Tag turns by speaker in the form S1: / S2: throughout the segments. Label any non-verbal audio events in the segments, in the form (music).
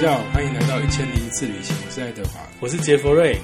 S1: 家好，欢迎来到一千零一次旅行，我是爱德华。
S2: 我是杰佛瑞。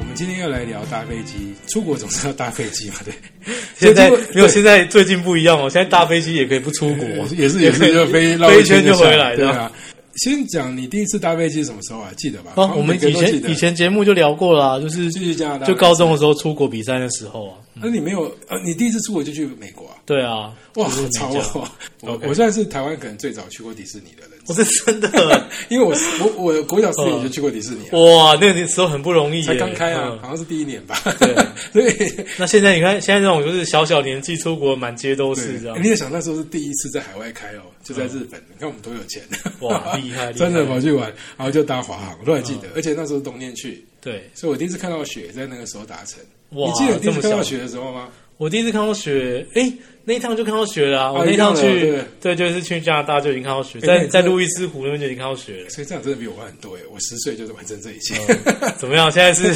S1: 我们今天要来聊搭飞机，出国总是要搭飞机嘛，对。
S2: (laughs) 现在没有，
S1: 对
S2: 现在最近不一样哦，现在搭飞机也可以不出国，哦
S1: (laughs) 也是也是就飞绕
S2: 飞一
S1: 圈
S2: 圈就
S1: 下
S2: 回来
S1: 对
S2: 了。
S1: 啊。先讲你第一次搭飞机什么时候啊？记得吧？
S2: 啊，我们
S1: 每个
S2: 以
S1: 人都记
S2: 前
S1: 得
S2: 以前节目就聊过啦，就是
S1: 就是加拿大
S2: 就高中的时候出国比赛的时候啊，
S1: 那你没有呃，你第一次出国就去美国啊？
S2: 对啊，
S1: 哇哦
S2: 就是，
S1: 超
S2: 你讲
S1: 我！我
S2: OK
S1: 我算是台湾可能最早去过迪士尼的人，
S2: (laughs) 我是真的
S1: 因为我我我国小四年级就去过迪士尼了，
S2: 哇，那个时候很不容易耶，
S1: 才刚开啊，
S2: 嗯
S1: 好像是第一年吧。 (laughs)
S2: 对
S1: 对，
S2: 那现在你看，现在这种就是小小年纪出国，满街都是这
S1: 对，
S2: 样
S1: 你。也想那时候是第一次在海外开哦，就在日本，你看我们多有钱，
S2: 哇
S1: (laughs)
S2: 厉害嗯厉害
S1: 真的跑去玩，然后就搭华航，我都还记得，而且那时候冬天去，
S2: 对，
S1: 所以我第一次看到雪在那个时候达成。
S2: 哇
S1: 你记得你第一次看
S2: 这么
S1: 到
S2: 小
S1: 雪的时候吗？
S2: 我第一次看到雪，诶，那一趟就看到雪了啊、我那一
S1: 一样
S2: 趟
S1: 的
S2: 去，
S1: 哎对
S2: 对，就是去加拿大就已经看到雪，
S1: 诶那
S2: 在
S1: 你
S2: 在
S1: 真的
S2: 路易斯湖那边就已经看到雪
S1: (laughs)
S2: 了。
S1: 所以这样真的比我晚很多耶，我十岁就是完成这一切。 (laughs)
S2: 怎么样？现在是，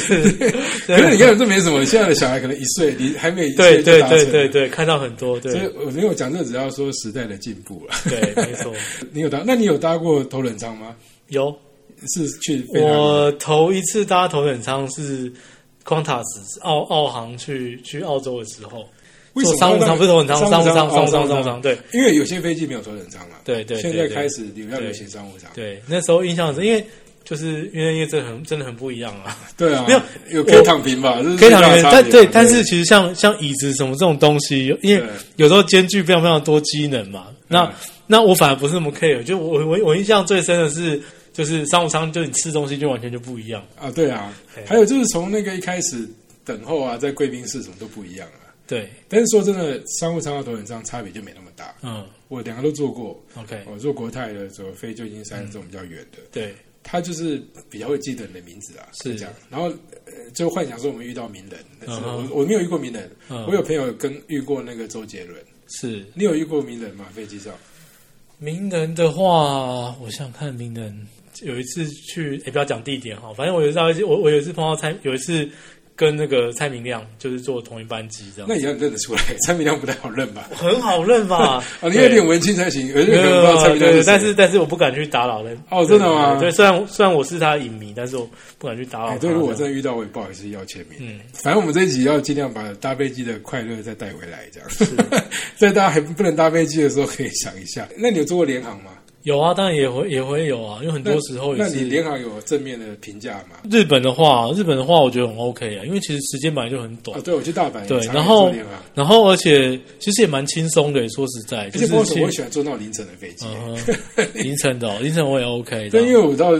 S1: 可是你看这没什么，现在的小孩可能一岁，你还没一
S2: 对
S1: 岁就
S2: 对
S1: 达成
S2: 对
S1: 了
S2: 对。对，看到很多，对
S1: 所以我没有讲这，只要说时代的进步了。
S2: 对，没错。
S1: (laughs) 你有搭？那你有搭过头等舱吗？
S2: 有
S1: 是去飞哪里
S2: 我头一次搭头等舱是 Qantas 澳澳航去去澳洲的时候，
S1: 为什么
S2: 坐商务舱不是头等舱，
S1: 商务
S2: 商务
S1: 舱
S2: 舱商务
S1: 商务舱
S2: 舱商务舱，对
S1: 因为有些飞机没有头等舱嘛。
S2: 对对对
S1: 现在
S2: 对
S1: 开始流量流行商务舱。
S2: 对。那时候印象很深，因为就是因为因为这很真的很不一样啊。
S1: 对啊，
S2: 没有
S1: 有
S2: 我
S1: 可以躺平吧？这 (laughs) 是
S2: 可以
S1: 最
S2: 讨论，
S1: 大的差
S2: 但
S1: 别
S2: 对，但是其实像像椅子什么这种东西，因为
S1: 对
S2: 有时候兼具非常非常多机能嘛。那
S1: 嗯
S2: 那我反而不是那么 care，就我我我印象最深的是，就是商务舱，就你吃东西就完全就不一样。
S1: 啊，对啊，
S2: 对
S1: 还有就是从那个一开始等候啊，在贵宾室什么都不一样啊。
S2: 对，
S1: 但是说真的，商务舱和头等舱差别就没那么大。
S2: 嗯
S1: 我两个都坐过，哦
S2: ，OK，
S1: 我坐国泰的时候飞旧金山这种比较远的，
S2: 对
S1: 他就是比较会记得你的名字啊，
S2: 是
S1: 这样。然后呃就幻想说我们遇到名人，但是
S2: 嗯哼
S1: 我我没有遇过名人，
S2: 嗯
S1: 我有朋友跟遇过那个周杰伦，
S2: 是
S1: 你有遇过名人吗？飞机上？
S2: 名人的话，我想看名人。有一次去，欸也、不要讲地点哈，反正我有一次搭飞机，我我有一次碰到蔡，有一次跟那个蔡明亮就是坐同一班机这样
S1: 那，也要认得出来，蔡明亮不太好认吧？
S2: 很好认 (laughs) 吧？
S1: 啊，你有
S2: 对
S1: 点文青才行，而且
S2: 没
S1: 可
S2: 有
S1: 能不知道蔡明亮
S2: 对，
S1: 是谁
S2: 但是但是我不敢去打扰人。
S1: 哦真的吗
S2: 对，对虽然虽然我是他的影迷，但是我不敢去打扰
S1: 哎，
S2: 他。
S1: 对，如果我
S2: 这
S1: 真
S2: 样
S1: 的遇到，我也不好意思要签名。
S2: 嗯
S1: 反正我们这一集要尽量把搭飞机的快乐再带回来，这样。在大家还不能搭飞机的时候，可以想一下。那你有做过联航吗？
S2: 有啊，当然也会也会有啊，因为很多时候也
S1: 那
S2: 是
S1: 你联航有正面的评价吗？
S2: 日本的话，日本的话我觉得很 OK 啊，因为其实时间本来就很短
S1: 啊，，对，我去大阪，
S2: 对
S1: 常常
S2: 然后
S1: 坐联航，
S2: 然后而且其实也蛮轻松的。说实在，
S1: 而
S2: 就
S1: 且
S2: 是
S1: 包括我
S2: 先
S1: 很喜欢坐那种凌晨的飞机。
S2: 嗯哼凌晨的哦，凌晨我也 OK
S1: 但因
S2: 的。哦
S1: 为我到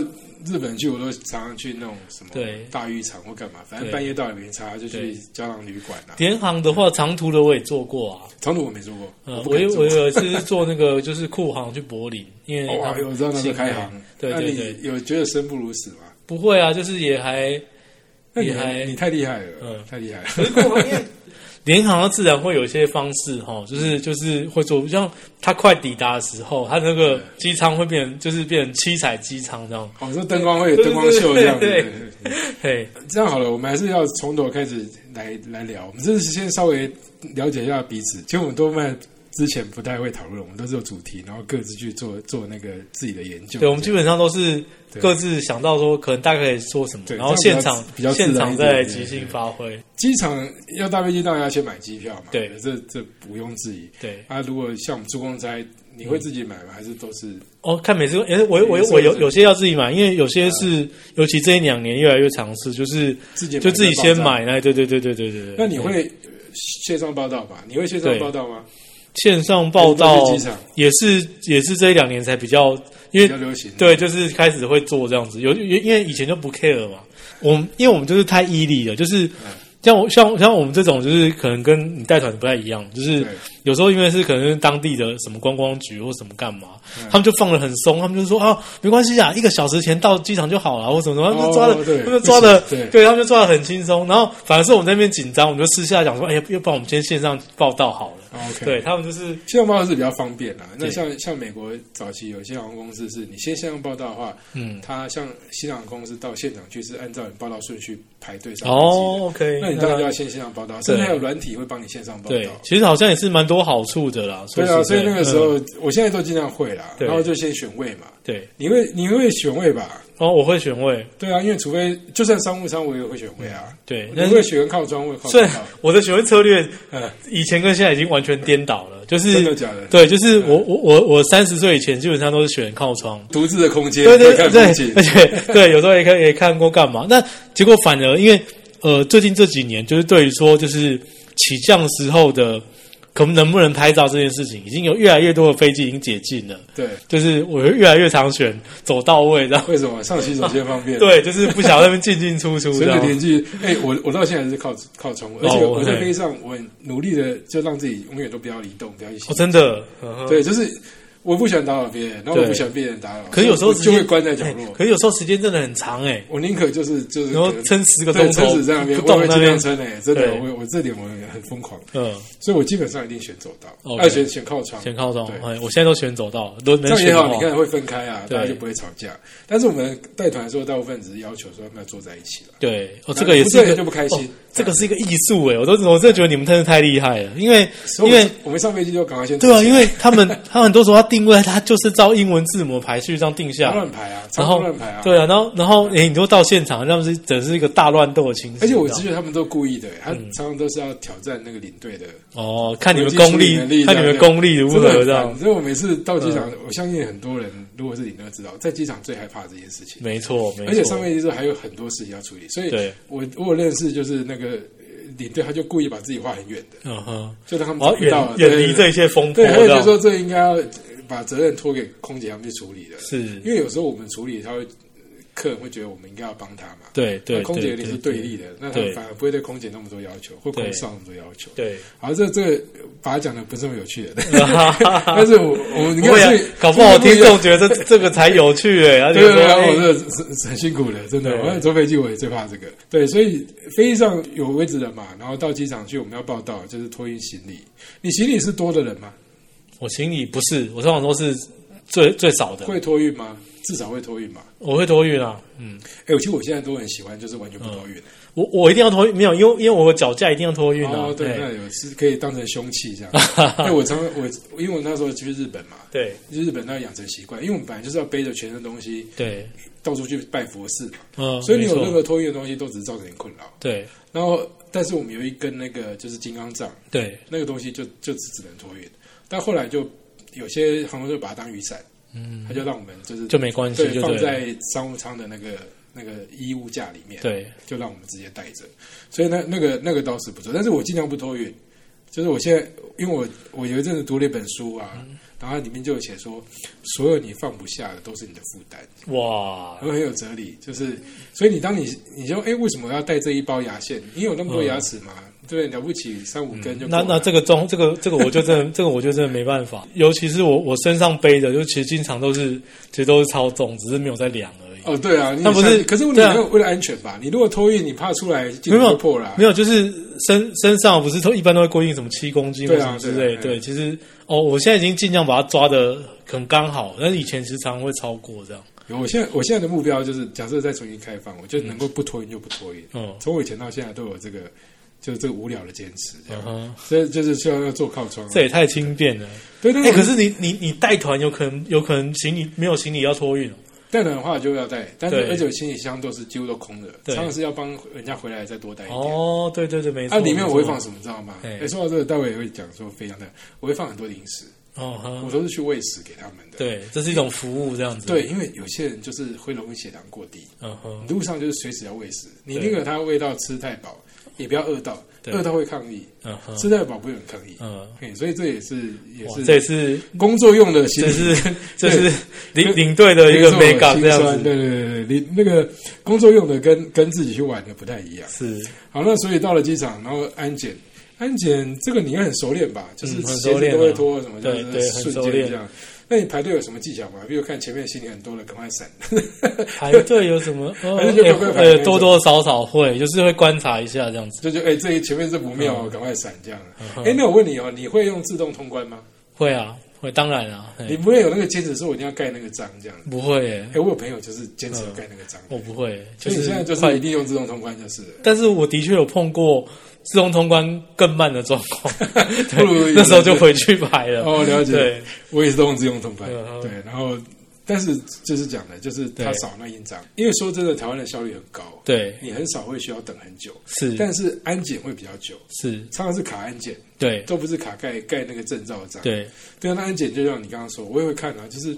S1: 日本去，我都常常去那种什么
S2: 对
S1: 大浴场或干嘛，反正
S2: 对
S1: 半夜到也没差，就去
S2: 对
S1: 胶囊旅馆啊。
S2: 联航的话，长途的我也坐过啊。
S1: 长途我没坐过，
S2: 呃，
S1: 不
S2: 我
S1: 敢
S2: 有
S1: 坐哦
S2: 我有一次是坐那个就是库航去柏林，因为
S1: 哇，
S2: 他们
S1: 我知道那时
S2: 新
S1: 候开航，
S2: 对
S1: 那
S2: 对对
S1: 你，有觉得生不如死吗？
S2: 不会啊，就是也还
S1: 那你
S2: 也还
S1: 你太厉害了，
S2: 嗯
S1: 太厉害了。 (laughs)
S2: 联航它自然会有一些方式哈，吼
S1: 嗯
S2: 就是就是会做，像它快抵达的时候，它那个机舱会变成就是变成七彩机舱这样。
S1: 好，说灯光会有
S2: 对
S1: 灯光秀这样子。
S2: 对对
S1: 对对对
S2: 嘿，
S1: 这样好了，我们还是要从头开始来来聊。我们这是先稍微了解一下彼此，其实我们多半之前不太会讨论，我们都是有主题，然后各自去做做那个自己的研究。
S2: 对，我们基本上都是
S1: 对
S2: 各自想到说可能大概可以说什么，
S1: 对
S2: 然后
S1: 这样比
S2: 现
S1: 较
S2: 场
S1: 比较自然
S2: 现
S1: 一
S2: 场
S1: 点
S2: 再
S1: 对
S2: 即兴发挥。
S1: 机场要搭飞机，当然要先买机票嘛。
S2: 对
S1: 这这毋庸置疑。
S2: 对，
S1: 啊，如果像我们做公差，你会自己买吗？还是都是
S2: 哦，看每次，哎，我我
S1: 也是
S2: 我
S1: 也
S2: 有
S1: 是
S2: 有些要自己买，因为有些是，尤其这一两年越来越尝试，就是
S1: 自嗯己买
S2: 就自己
S1: 再报
S2: 先
S1: 账？
S2: 买，哎那对对对对对对对。
S1: 那你
S2: 对
S1: 会呃线上报道吧？你会线上
S2: 对
S1: 报道吗？
S2: 线上报道
S1: 还是都去机场
S2: 也是也是这一两年才比较，因
S1: 比
S2: 为
S1: 较流行。
S2: 对，就是开始会做这样子，有因因为以前就不 care 嘛。我们因为我们就是太毅力了，就是
S1: 嗯
S2: 像我像像我们这种，就是可能跟你带团不太一样，就是
S1: 对
S2: 有时候因为是可能是当地的什么观光局或什么干嘛，
S1: 嗯
S2: 他们就放的很松，他们就说啊没关系啊，一个小时前到机场就好了，或什么什么，他们就抓
S1: 哦
S2: 的
S1: 对
S2: 他们就抓的
S1: 对
S2: 对，他们就抓的很轻松。然后反而是我们在那边紧张，我们就私下讲说，哎呀，要不然我们今天线上报道好了。
S1: 哦，OK。
S2: 对他们就是
S1: 线上报道是比较方便啦。那
S2: 对
S1: 像像美国早期有些航空公司是你先线上报道的话，
S2: 嗯
S1: 它像新航空公司到现场去是按照你报道顺序排队上飞机的。
S2: 哦，OK，
S1: 那你当然就要先线上报道，甚至还有软体会帮你线上报
S2: 对
S1: 道，。
S2: 其实好像也是蛮多好处的啦。
S1: 对
S2: 说
S1: 啊，
S2: 实
S1: 所
S2: 在
S1: 以那个时候
S2: 嗯、
S1: 我现在都尽量会啦，
S2: 对
S1: 然后就先选位嘛。
S2: 对，
S1: 你会你会选位吧？
S2: 哦，我会选位，
S1: 对啊，因为除非就算商务舱，我也会选位啊。
S2: 对，
S1: 你
S2: 但
S1: 会
S2: 是
S1: 选靠窗，我也靠
S2: 虽
S1: 窗
S2: 然。我的选位策略
S1: 嗯，
S2: 以前跟现在已经完全颠倒了，就
S1: 真的
S2: 是
S1: 假的？嗯
S2: 对，就是我我我我三十岁以前基本上都是选靠窗。
S1: 独自的空间，
S2: 对对
S1: 看
S2: 对
S1: 风景，
S2: 而且对，有时候也看也看过干嘛？那结果反而因为呃，最近这几年就是对于说就是起降时候的可能能不能拍照这件事情，已经有越来越多的飞机已经解禁了，
S1: 对。
S2: 就是我会越来越常选走到位，然后
S1: 为什么上洗手间方便？，
S2: 对，就是不想在那边进进出出
S1: 随
S2: 这
S1: 着
S2: 样。
S1: 年纪，哎、我我到现在还是靠靠窗，
S2: 哦
S1: 而且我在飞机上，我很努力的就让自己永远都不要移动，不要一起
S2: 哦，。真的，嗯哼
S1: 对，就是我不喜欢打扰别人，然后我
S2: 对
S1: 不喜欢被人打扰，
S2: 可是有时候
S1: 我就
S2: 时
S1: 会
S2: 间
S1: 关在角
S2: 哎
S1: 落。
S2: 可是有时候时间真的很长哎、
S1: 我宁可就是就是
S2: 然后
S1: 可能
S2: 撑十个
S1: 对
S2: 钟头
S1: 撑死在那边，
S2: 不
S1: 我
S2: 动
S1: 会
S2: 那
S1: 尽
S2: 边
S1: 量，撑诶，真的，
S2: 对
S1: 我我这点我也很疯狂，
S2: 嗯，
S1: 所以我基本上一定选走道，
S2: OK
S1: 要选选靠窗，
S2: 选靠窗
S1: 对，
S2: 哎，我现在都选走道，都
S1: 这
S2: 能
S1: 样
S2: 选
S1: 也
S2: 的
S1: 好，
S2: 话
S1: 你看会分开啊，
S2: 对
S1: 大家就不会吵架。但是我们带团的时候，大部分只是要求说他们要坐在一起了。
S2: 对，
S1: 那
S2: 哦，这个也
S1: 不
S2: 是一
S1: 对
S2: 个
S1: 就不开心
S2: 哦这个是一个艺术哎，我都我真的觉得你们真的太厉害了，因为
S1: 所
S2: 因
S1: 以
S2: 为
S1: 我们上飞机就赶快先
S2: 对啊，因为他们 (laughs) 他们很多时候他定位他就是照英文字母排序这样定下
S1: 不要乱
S2: 来，
S1: 排啊，
S2: 然
S1: 常
S2: 后
S1: 常乱排啊。，
S2: 对啊，然后然后哎，你都到现场，那么是整是一个大乱斗的情形，
S1: 而且我
S2: 知
S1: 知觉得他们都故意的，他常常都是要挑战那个领队的。
S2: 哦，嗯看你们
S1: 国际
S2: 功
S1: 处理
S2: 力
S1: 能力，
S2: 看你
S1: 这样
S2: 们
S1: 对
S2: 功力如
S1: 真的很
S2: 何这
S1: 烦，
S2: 样，嗯
S1: 所以我每次到机场，我相信很多人如果是领队知道，在机场最害怕这件事情。
S2: 没错没错，
S1: 而且上飞机之后还有很多事情要处理，所以
S2: 对
S1: 我我有认识就是那个呃领队，他就故意把自己画很远的，
S2: 嗯哼，
S1: 就让他们找
S2: 我要
S1: 不到
S2: 远远离这
S1: 对
S2: 一切风波，
S1: 对，对他就觉得
S2: 这样
S1: 说这应该要呃把责任托给空姐他们去处理的，
S2: 是
S1: 因，为有时候我们处理，他会客人会觉得我们应该要帮他嘛，
S2: 对
S1: 那
S2: 对，
S1: 空姐有点是对
S2: 对
S1: 立的，那他们
S2: 对
S1: 反而不会对空姐那么多要求，或
S2: 对
S1: 空少那么多要求。 (laughs)
S2: 对。
S1: 好，这这个把它讲的不是那么有趣
S2: (laughs)
S1: 的，但是我我你
S2: 不
S1: 看
S2: 会啊
S1: 所以，
S2: (laughs) 搞不好
S1: 这个
S2: 听
S1: 不一
S2: 众
S1: 样
S2: 觉得这这个才有趣
S1: (laughs)
S2: 哎、欸，而且
S1: 对啊
S2: 说
S1: 对对，
S2: 哎
S1: 我这是是很辛苦的，真的。
S2: 对
S1: 我坐飞机我也最怕这个。对，所以飞机上有位置了嘛，然后到机场去我们要报到，就是托运行李。你行李是多的人吗？
S2: 我行李不是，我通常都是最最少的，
S1: 会托运吗？至少会托运嘛。
S2: 我会托运啊，嗯，
S1: 哎，我其实我现在都很喜欢，就是完全不托运。
S2: 我我一定要托运，没有，因为因为我的脚架一定要托嗯运啊，
S1: 哦，对，那
S2: 哎
S1: 有是可以当成凶器
S2: (laughs)
S1: 这样。哎因为我常常我因为我那时候去日本嘛，
S2: 对
S1: 去日本那养成习惯，因为我们本来就是要背着全身东西
S2: 对，
S1: 到处去拜佛寺嘛，
S2: 嗯，
S1: 所以你有
S2: 没
S1: 任
S2: 错
S1: 何托运的东西都只是造成你困扰。
S2: 对
S1: 然后，但是我们有一根那个就是金刚杖，
S2: 对，
S1: 那个东西就就只只能托运。但后来就有些航空就把它当雨伞，嗯，他就让我们就是
S2: 就没关系，
S1: 对
S2: 就
S1: 放
S2: 对了，
S1: 在商务舱的那个那个衣物架里面，
S2: 对
S1: 就让我们直接带着。所以那那个那个倒是不错，但是我尽量不托运。就是我现在，因为我我有一阵子读了一本书啊，
S2: 嗯
S1: 然后它里面就有写说，所有你放不下的都是你的负担，
S2: 哇，
S1: 很很有哲理。就是，所以你当你你就哎、为什么要带这一包牙线？你有那么多牙齿吗？对，了不起三五根就够
S2: 嗯那
S1: 了、
S2: 那这个装这个这个我就真的这个我就真的没办法，尤其是我我身上背的，就其实经常都是其实都是超重，只是没有在量而已。
S1: 哦，对啊，你
S2: 那不是
S1: 像可是你
S2: 对啊
S1: 没有为了安全吧？你如果托运，你怕出来镜
S2: 没
S1: 头
S2: 有
S1: 就破了啊、
S2: 没有，就是身身上不是都一般都会规定什么七公斤或
S1: 对
S2: 什
S1: 啊
S2: 么之类。
S1: 对啊
S2: 对，其实哦，我现在已经尽量把它抓的很刚好，但是以前时常会超过这样。
S1: 有我现在我现在的目标就是，假设再重新开放，我就能够不托运就不托运。
S2: 嗯
S1: 从我以前到现在都有这个，就是这个无聊的坚持，这
S2: 嗯
S1: 样，
S2: 哼，
S1: 所以就是需要要做靠窗啊。
S2: 这也太轻便了。
S1: 对，但
S2: 哎，可
S1: 是
S2: 是你你你带团有可能有可能行李没有行李要托运哦。
S1: 带人的话就要带，但是
S2: 对
S1: 而且我行李箱都是几乎都空的，
S2: 对
S1: 常常是要帮人家回来再多带一点。
S2: 哦，对对对，没错。
S1: 啊，里面我会
S2: 没错
S1: 放什么，你知道吗？
S2: 哎
S1: 哎，说到这个，待会也会讲说非常的，我会放很多零食，
S2: 哦
S1: 我
S2: 哼，
S1: 都是去喂食给他们的。
S2: 对，这是一种服务这样子。
S1: 对，，因为有些人就是会容易血糖过低，
S2: 嗯哼，
S1: 路上就是随时要喂食，你
S2: 对
S1: 宁可他喂到吃太饱，也不要饿到，
S2: 对
S1: 饿到会抗议，
S2: 嗯哼，
S1: 吃太饱不会很抗议。
S2: 嗯，
S1: 嘿，所以这也是也
S2: 哇，
S1: 是
S2: 这也是
S1: 工作用的心
S2: 这
S1: 理，
S2: 是这是领领队的一
S1: 没
S2: 个
S1: 错
S2: 美感这样
S1: 心酸
S2: 子。
S1: 对对对对，你那个工作用的跟跟自己去玩的不太一样。 (laughs)
S2: 是，
S1: 好，那所以到了机场，然后安检，安检这个你应该很熟练吧？就是
S2: 嗯很
S1: 鞋
S2: 熟
S1: 子
S2: 练啊
S1: 都会脱什么，就
S2: 对
S1: 是
S2: 对很
S1: 瞬
S2: 熟
S1: 间
S2: 练
S1: 这样。那你排队有什么技巧吗？比如看前面行李很多的，赶快闪。 (laughs)
S2: 排队有什么？呃，
S1: 还是就乖乖
S2: 呃
S1: 排那种
S2: 多多少少会，就是会观察一下这样子。
S1: 就就哎、哦这一前面这不妙，赶快闪这样。哎、
S2: 嗯
S1: 那我问你哦，你会用自动通关吗？
S2: 会啊，会当然啊，嘿
S1: 你不会有那个坚持说我一定要盖那个章这样子。
S2: 不会耶
S1: 哎、，我有朋友就是坚
S2: 嗯
S1: 持要盖那个章，
S2: 我不会，
S1: 所
S2: 就
S1: 以
S2: 是
S1: 你现在就
S2: 快
S1: 是一定用自动通关就是了。
S2: 但是我的确有碰过自动通关更慢的状
S1: (laughs)
S2: 况，
S1: 不如
S2: 对那时候就回去排了。
S1: 哦，了解
S2: 对，，
S1: 我也是都用自用通关
S2: 嗯嗯，
S1: 对，然后但是就是讲的，就是他
S2: 对
S1: 少那印章，因为说真的，台湾的效率很高，
S2: 对，
S1: 你很少会需要等很久，
S2: 是，
S1: 但是安检会比较久，
S2: 是，
S1: 常常是卡安检，
S2: 对，
S1: 都不是卡盖盖那个证照的章，
S2: 对，
S1: 对啊，那安检就像你刚刚说，我也会看啊，就是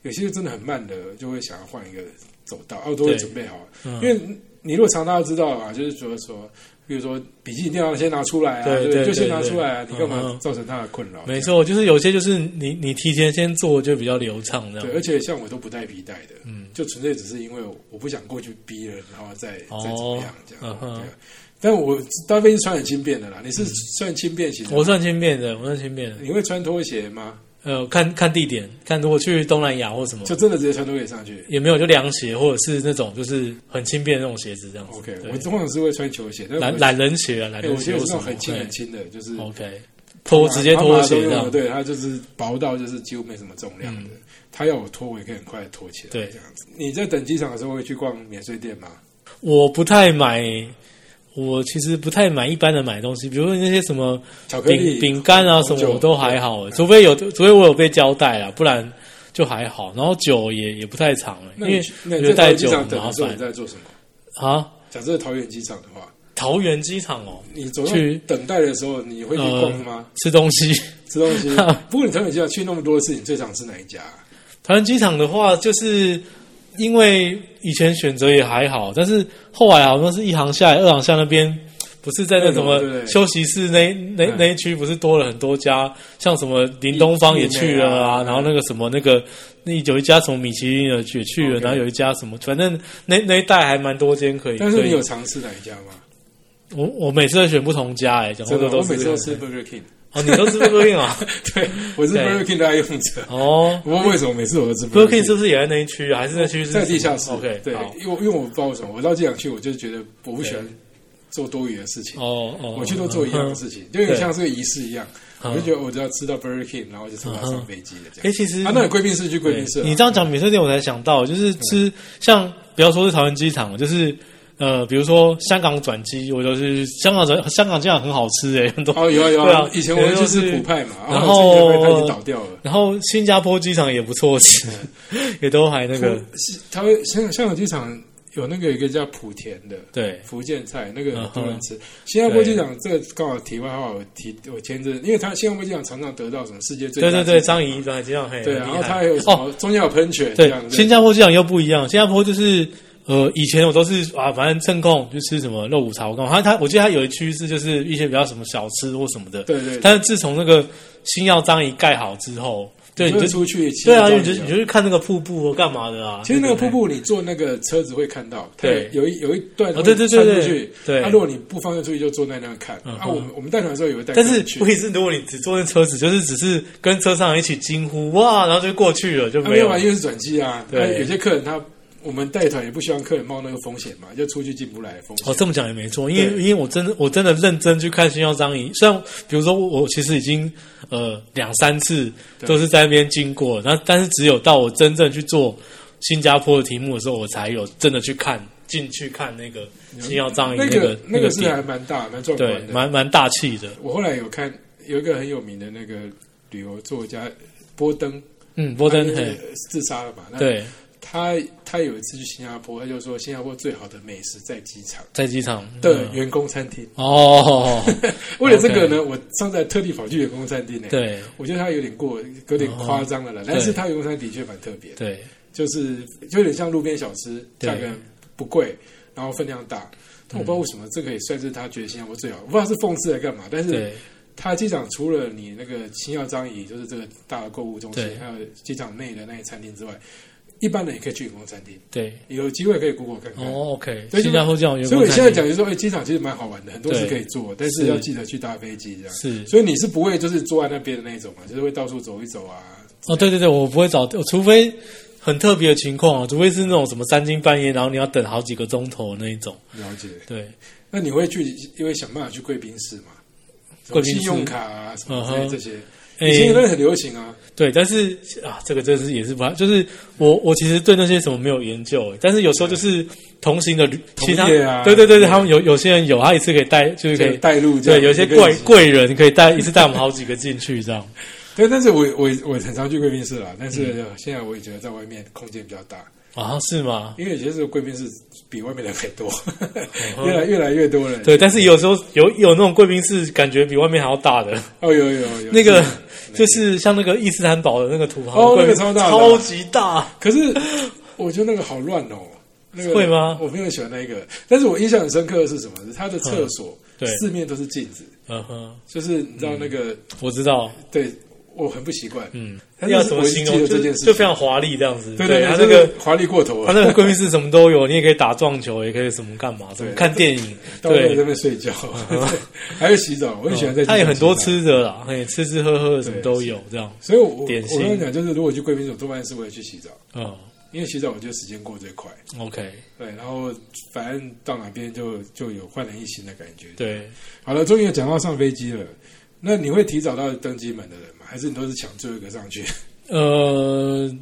S1: 有些真的很慢的，就会想要换一个走道，哦，都会
S2: 对
S1: 准备好，
S2: 嗯
S1: 因为你如果常大家知道啊，就是说说。比如说，笔记一定要先拿出来啊，
S2: 对
S1: 对不
S2: 对
S1: 就先
S2: 对
S1: 拿
S2: 对
S1: 出来啊！你干
S2: 嗯
S1: 嘛
S2: 嗯
S1: 造成他的困扰？
S2: 没错，就是有些就是你你提前先做就比较流畅这
S1: 对，
S2: 样。
S1: 而且像我都不带皮带的，
S2: 嗯
S1: 就纯粹只是因为我不想过去逼人，然后再、
S2: 哦
S1: 再怎么样这样，
S2: 嗯哼嗯
S1: 对啊。但我搭飞机穿很轻便的啦，你是算轻便型的吗，
S2: 我算轻便的，我算轻便的。
S1: 你会穿拖鞋吗？
S2: 呃，看看地点，看如果去东南亚或什么，
S1: 就真的直接穿拖鞋上去
S2: 也没有就凉鞋或者是那种就是很轻便的那种鞋子这样子。
S1: ？OK，
S2: 对
S1: 我通常是会穿球鞋，但
S2: 懒
S1: 我
S2: 懒人鞋啊，懒
S1: 哎
S2: 人
S1: 我觉
S2: 鞋
S1: 得
S2: 或
S1: 是那
S2: 什
S1: 种
S2: 么
S1: 很轻
S2: 对
S1: 很轻的，就是
S2: ，OK，拖直接
S1: 妈妈
S2: 拖
S1: 都
S2: 鞋这
S1: 用的
S2: 样。嗯
S1: 对，它就是薄到就是几乎没什么重量的。它要我拖，我也可以很快地拖起来，
S2: 对
S1: 这样子。你在等机场的时候会去逛免税店吗？
S2: 我不太买，我其实不太买一般的买东西，比如说那些什么
S1: 巧克力、
S2: 饼饼干啊什
S1: 红
S2: 么，
S1: 酒
S2: 我都还好，除非有，除非我有被交代啦，不然就还好。然后酒也也不太常欸了，
S1: 那你
S2: 因为
S1: 去那你
S2: 我觉得
S1: 在桃
S2: 带
S1: 园机
S2: 酒很
S1: 场等
S2: 麻
S1: 的时候你
S2: 烦
S1: 在做什么？
S2: 啊。
S1: 假设桃园机场的话，
S2: 桃园机场哦，
S1: 你走
S2: 去呃
S1: 去等待的时候，你会去逛吗？
S2: 吃东西。 (laughs)
S1: 吃东西？不过你桃园机场去那么多次，你最想吃哪一家？
S2: 桃园机场的话，就是因为以前选择也还好，但是后来好像是一行下来，二行下那边不是在那
S1: 对
S2: 什
S1: 对
S2: 么
S1: 对
S2: 休息室那那
S1: 嗯
S2: 那一区，不是多了很多家，像什么林东方也去了
S1: 一
S2: 啊，
S1: 一美啊
S2: 然后那个什么那个那有一家什么米其林的也去了，
S1: OK
S2: 然后有一家什么，反正那那一带还蛮多间可以。
S1: 但是你
S2: 可以
S1: 有尝试哪一家吗？
S2: 我我每次都选不同家哎，讲话
S1: 真的，
S2: 都
S1: 我
S2: 是
S1: 每次都吃 Burger King， (laughs)
S2: 哦，你都吃 Burger King 啊？
S1: 对我是
S2: 对
S1: Burger King 的爱用者。 (laughs)
S2: 哦
S1: 我为什么每次我都吃 Burger
S2: ，Burger King
S1: King？
S2: 是不是也在那一区啊？还是那区是
S1: 在地下室。
S2: ？OK，
S1: 对
S2: 好，
S1: 因为因为我不知道为什么，我到机场去，我就觉得我不喜欢做多余的事情。
S2: 哦哦，
S1: 我去都做一样的事情，就有点像是个仪式一样。
S2: 嗯
S1: 我就觉得我只要吃到 Burger King，然后就是我要上飞机了这
S2: 哎、
S1: 样。
S2: 其实
S1: 啊，那你贵宾室去贵宾室啊，嗯
S2: 你这样讲免税店，我才想到，就是吃像不要说是桃园机场，就是呃，比如说香港转机，我就是香港转香港机场很好吃诶、很多。
S1: 哦，有啊有
S2: 对啊
S1: 以前我们去吃
S2: 有
S1: 普派嘛，
S2: 然
S1: 后这
S2: 后
S1: 个它已经倒掉了。
S2: 然后新加坡机场也不错吃，
S1: 嗯
S2: (laughs) 也都还那个
S1: 我是它会香香港机场有那个有一个叫莆田的
S2: 对
S1: 福建菜，那个
S2: 嗯
S1: 很
S2: 哼
S1: 多人吃。新加坡机场这个刚好题外话，我提我前阵，因为它新加坡机场常常得到什么世界最
S2: 对
S1: 佳
S2: 对对，
S1: 机场
S2: 张仪张仪机场嘿，
S1: 对，啊然
S2: 很厉
S1: 后
S2: 害
S1: 它还有什
S2: 哦，
S1: 么中间有喷泉这
S2: 对
S1: 样，子
S2: 新加坡机场又不一样，新加坡就是。呃，以前我都是啊，反正趁空去吃什么肉骨茶，我干嘛？他他，我记得他有一区是就是一些比较什么小吃或什么的，
S1: 对对，
S2: 但是自从那个新耀章一盖好之后，对，你
S1: 你就
S2: 就
S1: 出去
S2: 对啊，
S1: 骑
S2: 你
S1: 着
S2: 就
S1: 张
S2: 你
S1: 仪
S2: 就去看那个瀑布或干嘛的啊。
S1: 其实那个
S2: 对
S1: 瀑
S2: 不对，
S1: 布，你坐那个车子会看到，它
S2: 对
S1: 有一有一段
S2: 哦对对对
S1: 穿出
S2: 对
S1: 去。啊
S2: 对
S1: 那如果你不方便出去，就坐在那儿看。
S2: 嗯
S1: 啊，
S2: 哼
S1: 我们我们带团的时候也会带客
S2: 但
S1: 人
S2: 是
S1: 去，
S2: 问题是，如果你只坐那车子，就是只是跟车上一起惊呼哇，然后就过去了，就
S1: 啊
S2: 没
S1: 没有
S2: 有
S1: 啊，因为是转机啊。
S2: 对
S1: 啊有些客人他我们带团也不希望客人冒那个风险嘛，就出去进不来的风
S2: 哦，
S1: 险。
S2: 这么讲也没错，因为
S1: 对
S2: 因为我真的我真的认真去看《星耀张仪》，虽然比如说我我其实已经呃两三次
S1: 对
S2: 都是在那边经过，然后但是只有到我真正去做新加坡的题目的时候，我才有真的去看进去看那个《星耀张仪》
S1: 嗯那
S2: 个
S1: 那
S2: 个
S1: 个是
S2: 点
S1: 还蛮大蛮壮
S2: 对
S1: 观，的。
S2: 蛮蛮大气的。
S1: 我后来有看有一个很有名的那个旅游作家波登，
S2: 嗯，波登
S1: 他就是
S2: 嘿，
S1: 自杀了嘛。那
S2: 对，
S1: 他他有一次去新加坡，他就说新加坡最好的美食在机场
S2: 在机场
S1: 的
S2: 嗯
S1: 员工餐厅。
S2: 哦， (laughs)
S1: 为了这个呢，我上次还特地跑去员工餐厅呢。， (laughs)
S2: 对哦
S1: 我觉得它有点过，有点夸张了啦。但是它员工餐的确蛮特别的，
S2: 对
S1: 就是就有点像路边小吃，
S2: 对嗯
S1: 价格不贵，然后分量大。但我不知道为什么这个也算是他觉得新加坡最好，我不知道是讽刺来干嘛。但是
S2: 对
S1: 他机场除了你那个新耀张仪，就是这个大的购物中
S2: 对
S1: 心，还有机场内的那些餐厅之外，一般人也可以去员工餐厅，
S2: 对，
S1: 有机会可以 Google 看看。
S2: 哦，OK，
S1: 所以就
S2: 新加坡这样员
S1: 所
S2: 工
S1: 以我
S2: 餐
S1: 现在
S2: 厅
S1: 讲就是说，哎、机场其实蛮好玩的，很多事
S2: 对
S1: 可以做，但
S2: 是
S1: 是要记得去搭飞机这样。
S2: 是
S1: 所以你是不会就是坐在那边的那种嘛，就是会到处走一走啊。
S2: 哦，对对对，我不会找，除非很特别的情况啊，除非是那种什么三更半夜，然后你要等好几个钟头的那一种，
S1: 了解。
S2: 对，
S1: 那你会去，因为想办法去贵宾室嘛？
S2: 贵宾室
S1: 信用卡啊什么之
S2: 嗯
S1: 类
S2: 哼
S1: 这些，
S2: 哎
S1: 以前都很流行啊。
S2: 对，但是啊，这个真是也是不太，就是我我其实对那些什么没有研究，欸但是有时候就是同行的旅，其他
S1: 同业啊
S2: 对对对对，他们有有些人有，他一次可以带，就是可
S1: 这个
S2: 以
S1: 带路这
S2: 对，
S1: 样
S2: 有些
S1: 一个
S2: 贵
S1: 人
S2: 贵人可以带一次带我们好几个进去这样。 (laughs)
S1: 对，但是我我我很常去贵宾室啦，但
S2: 嗯
S1: 是呃现在我也觉得在外面空间比较大，
S2: 啊，是吗？
S1: 因为有些时候贵宾室比外面的还多， (laughs) 越来越来越多人。
S2: 嗯对，但是有时候有有那种贵宾室，感觉比外面还要大的，
S1: 哦，有有啊有
S2: 那个就是像那个伊斯坦堡的那个土豪
S1: 哦
S2: 贵宾
S1: 那个超大的
S2: 超级大，
S1: 可是我觉得那个好乱哦。那个
S2: 会吗
S1: 我没有喜欢那个，但是我印象很深刻的是什么？是它的厕所、
S2: 哦对
S1: 四面都是镜子，
S2: 嗯哼，
S1: 就是你知道那个，
S2: 我知道，
S1: 对我很不习惯。嗯，但是
S2: 要怎么
S1: 我
S2: 形容
S1: 记得
S2: 就
S1: 这件
S2: 是
S1: 事情
S2: 就非常华丽这样子，
S1: 对
S2: 对，
S1: 对，
S2: 他
S1: 就
S2: 那
S1: 是
S2: 个
S1: 华丽过头
S2: 他
S1: 了，
S2: 那个贵宾室什么都有，你也可以打撞球，也可以什么干嘛，什么
S1: 对
S2: 看电影，
S1: (laughs) (laughs) 到那
S2: 对哦
S1: 里在那，边睡
S2: (laughs)
S1: 觉，对还有洗澡，我很喜欢在。
S2: 他也很多，吃的啦，嘿，吃吃喝喝的什么
S1: 对
S2: 都有这样，
S1: 所以我我
S2: 点
S1: 我
S2: 心
S1: 跟你讲，就是如果去贵宾所，多半是为了去洗澡，
S2: 嗯
S1: 因为洗澡我觉得时间过最快。
S2: ，OK，
S1: 对，然后反正到哪边就就有焕然一新的感觉。
S2: 对，
S1: 好了，终于有讲到上飞机了。那你会提早到登机门的人吗？还是你都是抢最后一个上
S2: (laughs)
S1: 去？
S2: 呃，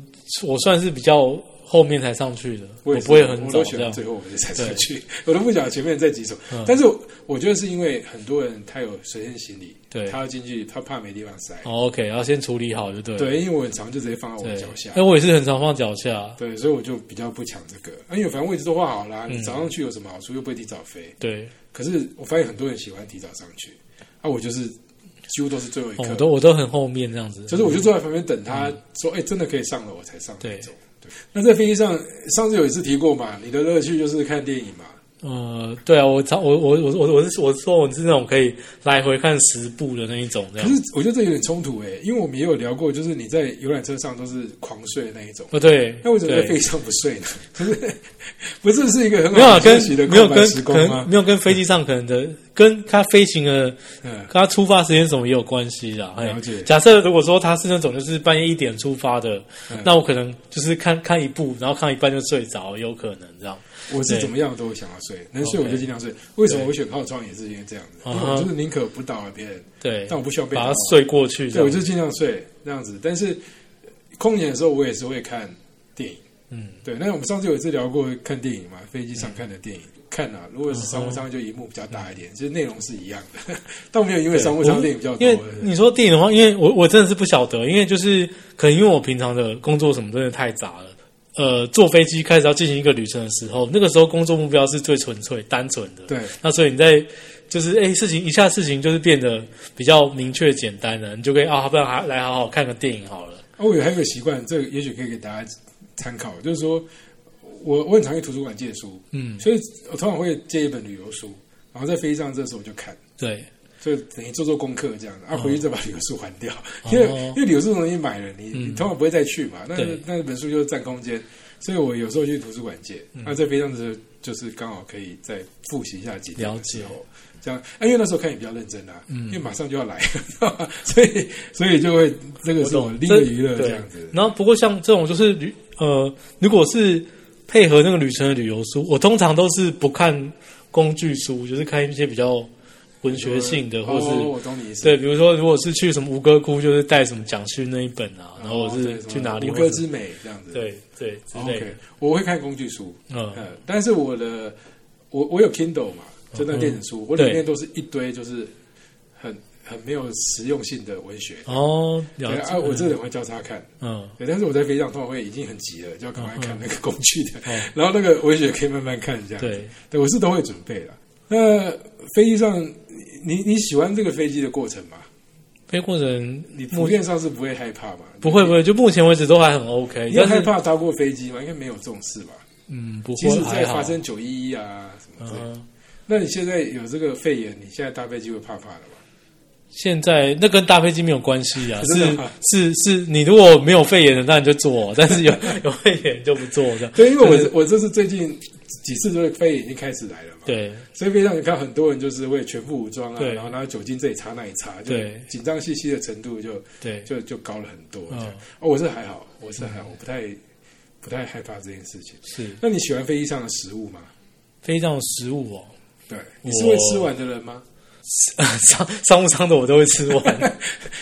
S2: 我算是比较后面才上去的，我
S1: 也是
S2: 不会很
S1: 我
S2: 早
S1: 都喜
S2: 这
S1: 欢
S2: 样，
S1: 最后我就才上去， (laughs) 我都不想前面再挤手。
S2: 嗯
S1: 但是我我觉得是因为很多人他有随身行李，
S2: 对
S1: 他要进去，他怕没地方塞。
S2: 哦，OK，要先处理好就对了，
S1: 对，因为我很常就直接放在我
S2: 对
S1: 的脚，下
S2: 哎，。我也是很常放脚下，
S1: 对，所以我就比较不抢这个，哎因为反正位置都画好
S2: 嗯
S1: 啦，你早上去有什么好处？又不会提早飞。
S2: 对，
S1: 可是我发现很多人喜欢提早上去，啊，我就是几乎都是最后一
S2: 哦
S1: 刻
S2: 我，都我都很后面这样子，
S1: 就是我就坐在旁边等他说，哎、真的可以上了，我才上
S2: 嗯对
S1: 那种。对，那在飞机上，上次有一次提过嘛，你的乐趣就是看电影嘛，
S2: 呃，对啊，我常我我我我我是我是说我是那种可以来回看十部的那一种这
S1: 可
S2: 样
S1: 是。我觉得这有点冲突哎、因为我们也有聊过，就是你在游览车上都是狂睡的那一种，
S2: 哦，对，
S1: 那为什么在
S2: 对
S1: 飞机上不睡呢？ (laughs) 就是不是是一个很
S2: 没有
S1: 好的
S2: 啊
S1: 休
S2: 跟
S1: 息的
S2: 没有
S1: 空白
S2: 跟
S1: 时
S2: 可
S1: 光
S2: 能
S1: 吗？
S2: 没有跟飞机上可能的跟它飞行的
S1: 嗯
S2: 跟，它出发时间什么也有关系啦。嘿
S1: 了解
S2: 假设如果说它是那种就是半夜一点出发的，
S1: 嗯
S2: 那我可能就是看看一部，然后看一半就睡着，有可能这样。
S1: 我是
S2: 对
S1: 怎么样都想要睡，能睡
S2: OK
S1: 我就尽量睡。为什么我选靠窗也是因为这样子，
S2: 嗯
S1: 因
S2: 哼
S1: 为我就是宁可不打扰别人，
S2: 对，
S1: 但我不需要被打
S2: 把
S1: 扰
S2: 它。睡过去这
S1: 对，我
S2: 样
S1: 就。尽量睡这样子。但是呃空姐的时候，我也是会看电影。
S2: 嗯，
S1: 对。那我们上次有一次聊过看电影嘛，飞机上看的电影。看啊，如果是商务
S2: 嗯
S1: 舱就一幕比较大一点，其实内容是一样的，但我没有因为商务舱电影比较多
S2: 因为。你说电影的话，因为我我真的是不晓得，因为就是可能因为我平常的工作什么真的太杂了。呃，坐飞机开始要进行一个旅程的时候，那个时候工作目标是最纯粹、单纯的。
S1: 对啊
S2: 那所以你在就是哎、诶事情一下事情就是变得比较明确简单了，你就可以啊，不然还来好好看个电影好了。
S1: 啊，我有还有个习惯，这个也许可以给大家参考，就是说我我很常去图书馆借书，
S2: 嗯，
S1: 所以我通常会借一本旅游书，然后在飞机上这时候我就看。
S2: 对，
S1: 就等于做做功课这样，
S2: 哦
S1: 啊，回去再把旅游书还掉，因为因为旅游书容易买了，你你通常不会再去嘛，那
S2: 嗯对
S1: 那本书就占空间，所以我有时候去图书馆借，
S2: 嗯
S1: 那在飞机上的时候就是刚好可以再复习一下几天
S2: 了
S1: 的
S2: 解嗯
S1: 时候，这样，啊因为那时候看也比较认真啊，因为马上就要来， (laughs) 所以所以就会这个是我另一个娱乐
S2: 对
S1: 这样子，
S2: 然后不过像这种就是旅呃，如果是配合那个旅程的旅游书，我通常都是不看工具书，就是看一些比较文学性的，或是、
S1: 哦我懂你意思，
S2: 对，比如说如果是去什么吴哥窟，就是带什么蒋勋那一本啊，
S1: 哦，
S2: 然后我是
S1: 对什么
S2: 去哪里，
S1: 吴
S2: 或
S1: 哥
S2: 者
S1: 之美这样子，
S2: 对对之类的
S1: 哦，OK，，我会看工具书，
S2: 嗯，
S1: 呃，但是我的我我有 Kindle 嘛，
S2: 嗯
S1: 就那个电子书，我里面都是一堆就是很很没有实用性的文学。
S2: 哦，了
S1: 对
S2: 解，
S1: 啊，我这两会交叉看，
S2: 嗯，
S1: 对，但是我在飞机上通常会已经很急了，就要赶快看那个工具的，
S2: 嗯
S1: (laughs) 然后那个文学可以慢慢看这样。
S2: 对，
S1: 对我是都会准备了。那飞机上，你你喜欢这个飞机的过程吗？
S2: 飞过程
S1: 你普
S2: 目
S1: 遍上是不会害怕嘛？
S2: 不会不会，就目前为止都还很 OK，
S1: 你有
S2: 但
S1: 害
S2: 是
S1: 怕搭过飞机吗？应该没有这种事吧？
S2: 嗯，不
S1: 即
S2: 会
S1: 使在
S2: 还
S1: 发
S2: 好，
S1: 生九一一啊什么之类的，
S2: 嗯。
S1: 那你现在有这个肺炎，你现在搭飞机会怕怕的吧？
S2: 现在那跟大飞机没有关系啊，
S1: 真的吗
S2: 是是是，你如果没有肺炎的，那你就做，但是有有肺炎就不做的。
S1: 对，因为
S2: 就是
S1: 我我这是最近几次都是肺炎已经开始来了嘛，，
S2: 对
S1: 所以飞机上你看很多人就是会全副武装啊，
S2: 对
S1: 然后拿酒精这里擦那里擦，就
S2: 对
S1: 紧张兮兮的程度就
S2: 对，
S1: 就就高了很多这样。
S2: 嗯
S1: 哦，我是还好，我是还好，我不太不太害怕这件事情。
S2: 是
S1: 那你喜欢飞机上的食物吗？
S2: 飞机上的食物哦，
S1: 对，你是会吃完的人吗？
S2: 商商务舱的我都会吃完。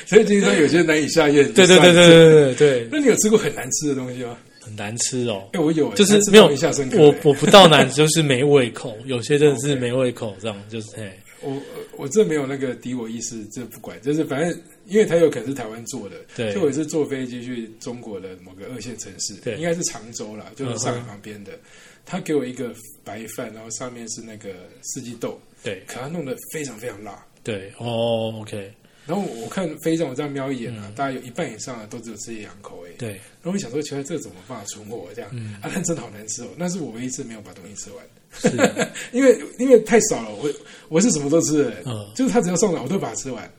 S1: 所以听说有些难以下咽。
S2: (laughs) 对对对对
S1: 就上一次。
S2: 对对对，
S1: (laughs)
S2: 对
S1: 那你有吃过很难吃的东西吗？
S2: 很难吃哦。
S1: 哎、我有、
S2: 就是
S1: 难吃
S2: 没有
S1: 到一下深刻、
S2: 我
S1: 哎
S2: 我不到难，就是没胃口，有些真的是没胃口，这样就是嘿，
S1: 我我这没有那个敌我意识，这不管，就是反正因为它有可能是台湾做的，
S2: 对
S1: 就我也是坐飞机去中国的某个二线城市，
S2: 对嗯
S1: 应该是常州啦，就是上海旁边的。他给我一个白饭，然后上面是那个四季豆，
S2: 对
S1: 可他弄得非常非常辣。
S2: 对哦，OK，
S1: 然后我看飞上我这样瞄一眼啊，大概有一半以上啊都只有吃一两口哎。
S2: 嗯对，嗯
S1: 然后我想说，奇怪，这个怎么办法存活这样？啊，但真的好难吃哦，那是我唯一一次没有把东西吃完。
S2: 是
S1: 因为因为太少了，我我是什么都吃的人，
S2: 嗯
S1: 就是他只要上来我都把它吃完。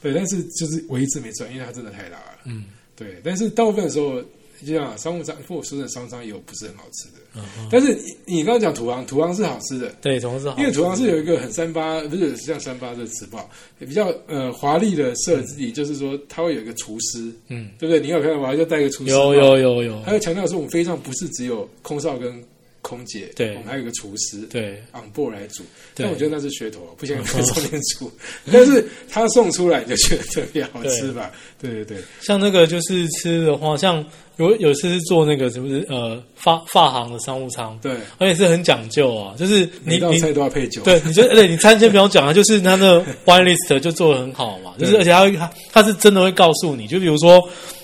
S1: 对，但是就是唯一次没吃完，因为它真的太辣了。
S2: 嗯，
S1: 对，但是大部分的时候，就像商务舱或者说的商舱也有不是很好吃的。
S2: 嗯哼
S1: 但是你你刚刚讲土昂，土昂是好吃的，
S2: 对，同事好，
S1: 因为土昂是有一个很三八，不是像三八这个词不好，比较呃华丽的设计，就是说它会有一个厨师，
S2: 嗯，
S1: 对不对？你有看到吗？就带一个厨师，
S2: 有。有有有
S1: 还，有强调说，我们飞上不是只有空少跟空姐，
S2: 对
S1: 我们还有一个厨师，
S2: 对
S1: on board 来煮，
S2: 对嗯
S1: 但我觉得那是噱头，啊不想在上面煮。 (laughs) 但是他送出来，你就觉得特别好吃吧？对对对，
S2: 像那个就是吃的话，像有有一次是做那个是不是呃发发行的商务舱，
S1: 对，
S2: 而且是很讲究啊，就是你
S1: 每道
S2: 你
S1: 菜都要配酒。
S2: 对，你就对你餐前不要讲啊， (laughs) 就是他的 wine list 就做的很好嘛，就是
S1: 对
S2: 而且他会他他是真的会告诉你，就比如说，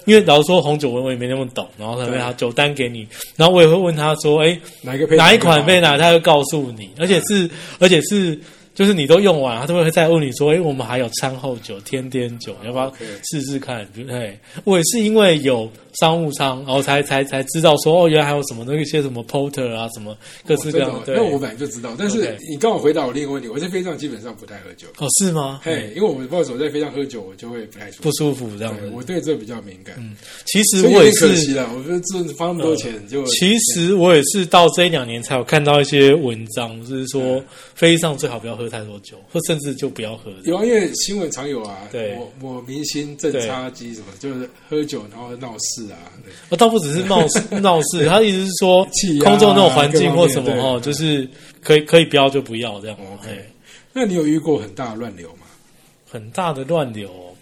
S2: 因为老实说红酒我我也没那么懂，然后他会
S1: 对
S2: 他酒单给你，然后我也会问他说，哎，
S1: 哪一个配
S2: 哪一款被
S1: 哪
S2: 哪，他会告诉你，而且是而且是。就是你都用完，他都会再问你说：“哎、我们还有餐后酒、天天酒，要不要
S1: OK
S2: 试试看？”对不对？我也是因为有商务舱，然后才才才知道说，哦，原来还有什么那个一些什么 porter 啊，什么各式
S1: 真
S2: 各
S1: 的
S2: 样
S1: 哦
S2: 的。对，
S1: 那我本来就知道，但是
S2: OK
S1: 你刚好回答我另一个问题，我在飞上基本上不太喝酒，
S2: 哦，是吗？
S1: 嘿，因为我不知道为什么在飞上喝酒，我就会不太舒
S2: 不
S1: 服。
S2: 舒服这样
S1: 对
S2: 子。
S1: 我对这比较敏感，
S2: 其实
S1: 所以
S2: 我
S1: 有
S2: 也
S1: 点可惜
S2: 是，嗯
S1: 了。我觉得这花那么多钱，就
S2: 其实我也是到这一两年才有看到一些文章，就是
S1: 嗯
S2: 说飞机上最好不要喝太多酒，或甚至就不要喝。
S1: 有啊，因为新闻常有啊，
S2: 对
S1: 我我明星正
S2: 对
S1: 插机什么，就是喝酒然后闹事啊，对
S2: 我倒不只是闹
S1: (laughs)
S2: 事闹事，他意思是说
S1: 气压啊
S2: 空中那种环境或什么
S1: 各方面对
S2: 哦，就是可以可以不要就不要这样。
S1: OK
S2: 哎，
S1: 那你有遇过很大的乱流吗？
S2: 很大的乱流哦，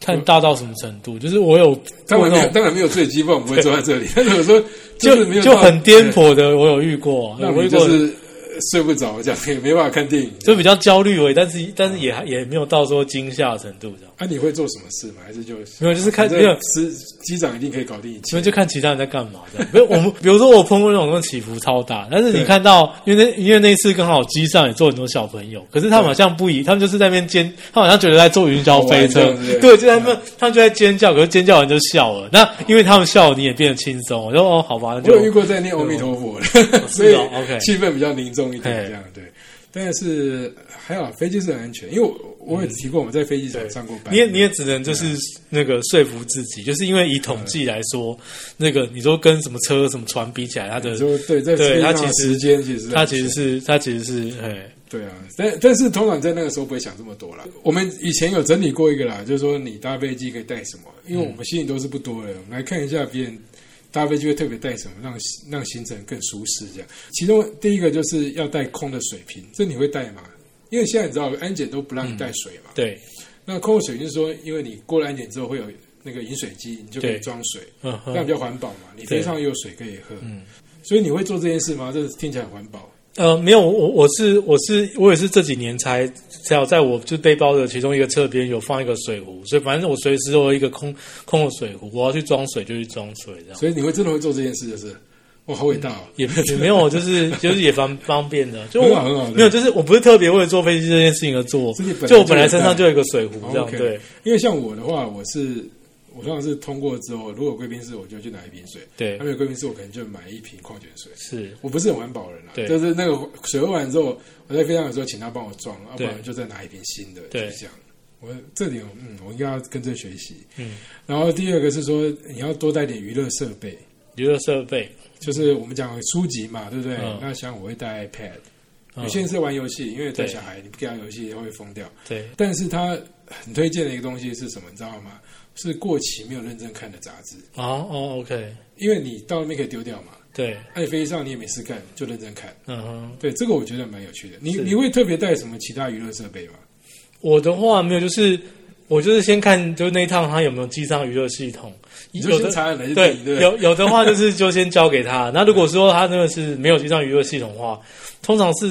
S2: 看大到什么程度，就是我有
S1: 当
S2: 我
S1: 然没
S2: 那
S1: 有，
S2: 种
S1: 当然没有最激不然我们不会坐在这
S2: (laughs)
S1: 里。但是我说，是没
S2: 就
S1: 有
S2: 就
S1: 到
S2: 很颠，簸的，我有遇过，
S1: 那
S2: 我
S1: 你
S2: 遇
S1: 就
S2: 过。
S1: 是呃睡不着，这样也没办法看电影。
S2: 就比较焦虑而已，但是但是也还也没有到说惊吓的程度这样。
S1: 啊，你会做什么事吗？还是就
S2: 没有就是看
S1: 反正
S2: 没有
S1: 司机长一定可以搞定一切
S2: 所以。就看其他人在干嘛这样。没 (laughs) 有我们，比如说我碰过那种那种起伏超大，但是你
S1: (laughs)
S2: 看到，因为那因为那一次刚好机上也坐很多小朋友，可是他们好像不以，他们就是在那边尖，他们好像觉得在坐云霄飞
S1: 好
S2: 车
S1: 玩这样子，
S2: 对，就在那边他们就在尖叫，可是尖叫完就笑了。那因为他们笑，你也变得轻松，我就哦好吧，那
S1: 我有遇
S2: 就
S1: 过在念阿弥陀佛 (laughs) 的，所以
S2: 是哦，OK
S1: 气氛比较凝重一
S2: 嘿
S1: 点，这样对。但是还好，飞机是很安全，因为我我也提过我在飞机上上过班，
S2: 嗯你也你也只能就是那个说服自己，就是因为以统计来说，那个你说跟什么车什么船比起来，它的
S1: 嗯你说对，在
S2: 对
S1: 飞机
S2: 它
S1: 上的
S2: 其实
S1: 时间其实
S2: 它
S1: 很
S2: 其实
S1: 闲
S2: 是它其实是哎。
S1: 对啊，但但是通常在那个时候不会想这么多啦。我们以前有整理过一个啦，就是说你搭飞机可以带什么，因为我们行李都是不多的。我们来看一下别人搭飞机会特别带什么，让让行程更舒适这样。其中第一个就是要带空的水瓶，这你会带吗？因为现在你知道安检都不让你带水嘛。
S2: 对，
S1: 那空的水瓶是说，因为你过了安检之后会有那个饮水机，你就可以
S2: 对
S1: 装水，
S2: 嗯
S1: 这
S2: 哼，
S1: 样比较环保嘛。你
S2: 对嗯
S1: 飞上又有水可以喝，所以你会做这件事吗？这听起来很环保。
S2: 呃，没有，我我是我是我也是这几年才才有在我就背包的其中一个侧边有放一个水壶，所以反正我随时都有一个空空的水壶，我要去装水就去装水这样。
S1: 所以你会真的会做这件事，就是哇，好伟大哦！
S2: 也也没有，就是就是也方方便的，就
S1: 很
S2: 我
S1: 好很好对
S2: 没有，就是我不是特别为了坐飞机这件事情而做
S1: 自己本来，
S2: 我本来身上
S1: 就
S2: 就有一个水壶这样，
S1: 哦 OK
S2: 对
S1: 因为像我的话，我是我通常是通过之后，如果有贵宾室我就去拿一瓶水，
S2: 对
S1: 还没有贵宾室我可能就买一瓶矿泉水。
S2: 是，
S1: 我不是很环保人啦、
S2: 对
S1: 就是那个水喝完之后，我在飞上的时候请他帮我装，要不
S2: 对
S1: 然就再拿一瓶新的，
S2: 对
S1: 就是这样。我这点，嗯，我应该要跟着学习。
S2: 嗯，
S1: 然后第二个是说，你要多带点娱乐设备，
S2: 娱乐设备，
S1: 就是我们讲书籍嘛，对不对？
S2: 嗯
S1: 那像我会带 iPad，、
S2: 嗯
S1: 有些人是玩游戏，因为带
S2: 对
S1: 小孩你不给他游戏他会疯掉。
S2: 对
S1: 但是他很推荐的一个东西是什么，你知道吗？是过期没有认真看的杂志，
S2: 啊哦，OK，
S1: 因为你到那边可以丢掉嘛。
S2: 对，
S1: 爱飞机上你也没事干，就认真看。
S2: 嗯哼，
S1: 对，这个我觉得蛮有趣的。你
S2: 是
S1: 你会特别带什么其他娱乐设备吗？
S2: 我的话没有，就是我就是先看，就是那一趟他有没有记上娱乐系统，
S1: 你
S2: 有
S1: 就
S2: 的
S1: 先查哪些电
S2: 对
S1: 影，对不对？
S2: 有有的话就是就先交给他。 (laughs) 那如果说他真的是没有记上娱乐系统的话，通常是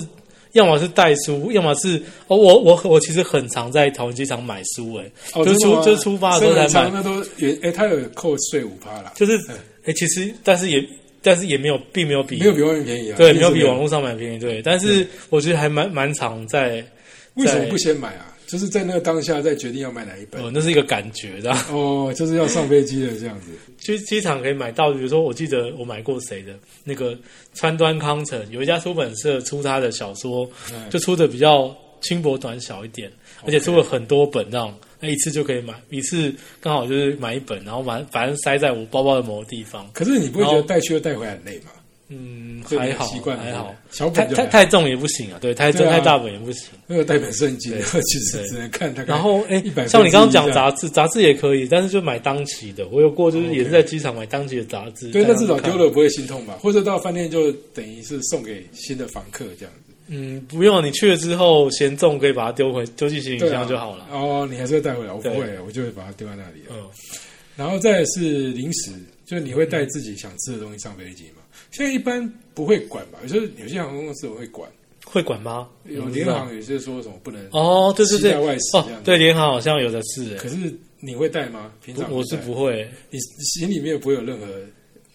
S2: 要么是带书，要么是哦，我我我其实很常在桃园机场买书、诶，
S1: 哦真
S2: 就
S1: 的
S2: 出
S1: 吗
S2: 就出发的时候才买
S1: 生人常那都也哎，他有扣税五趴啦，
S2: 就是诶、其实但是也但是也没有，并没有比
S1: 没有比外面便宜啊。
S2: 对
S1: 一定
S2: 没
S1: 是
S2: 有比网络上买便宜，对，但是我觉得还蛮蛮常在
S1: 为什么
S2: 在
S1: 不先买啊？就是在那个当下再决定要买哪一本
S2: 呃，那是一个感觉的。
S1: 哦，就是要上飞机的这样子。
S2: (laughs) 去机场可以买到，比如说我记得我买过谁的那个川端康成，有一家出版社出他的小说，
S1: 嗯
S2: 就出的比较轻薄短小一点，而且出了很多本这样，那一次就可以买，一次刚好就是买一本，然后反反正塞在我包包的某个地方，
S1: 可是你不会觉
S2: 然
S1: 得
S2: 后
S1: 带去又带回来很累吗？
S2: 嗯，
S1: 这你
S2: 还好
S1: 习惯了
S2: 还好，
S1: 小
S2: 太
S1: 本就
S2: 太
S1: 还好
S2: 太重也不行啊，对，太重
S1: 对啊
S2: 太大本也不行。
S1: 那个带本圣经，
S2: 对
S1: (laughs) 其实
S2: 对
S1: 只能看大概。
S2: 然后哎
S1: 100，
S2: 像你刚刚
S1: 分之
S2: 讲
S1: 一这样
S2: 杂志，杂志也可以，但是就买当期的，我有过就是也是在机场买当期的杂志，
S1: 对，
S2: 带
S1: 那
S2: 他
S1: 至
S2: 们
S1: 少
S2: 看
S1: 丢了不会心痛吧？或者到饭店就等于是送给新的房客这样子，
S2: 嗯，不用，你去了之后嫌重可以把它丢回丢进行李
S1: 对啊
S2: 箱就好了。
S1: 哦，你还是会带回来，我不
S2: 对
S1: 会，我就会把它丢在那里。
S2: 嗯，
S1: 然后再来是零食，就是你会带自己想吃的东西上飞机吗？现在一般不会管吧？有些有些航空公司我会管，
S2: 会管吗？
S1: 有
S2: 我不知
S1: 联
S2: 道
S1: 航有些说什么不能，
S2: 哦，对对
S1: 期待外
S2: 对
S1: 食，
S2: 哦
S1: 这样，子
S2: 对联航好像有的是，
S1: 可是你会带吗？平
S2: 不
S1: 常
S2: 我是
S1: 带
S2: 不会
S1: 你你行李里面不会有任何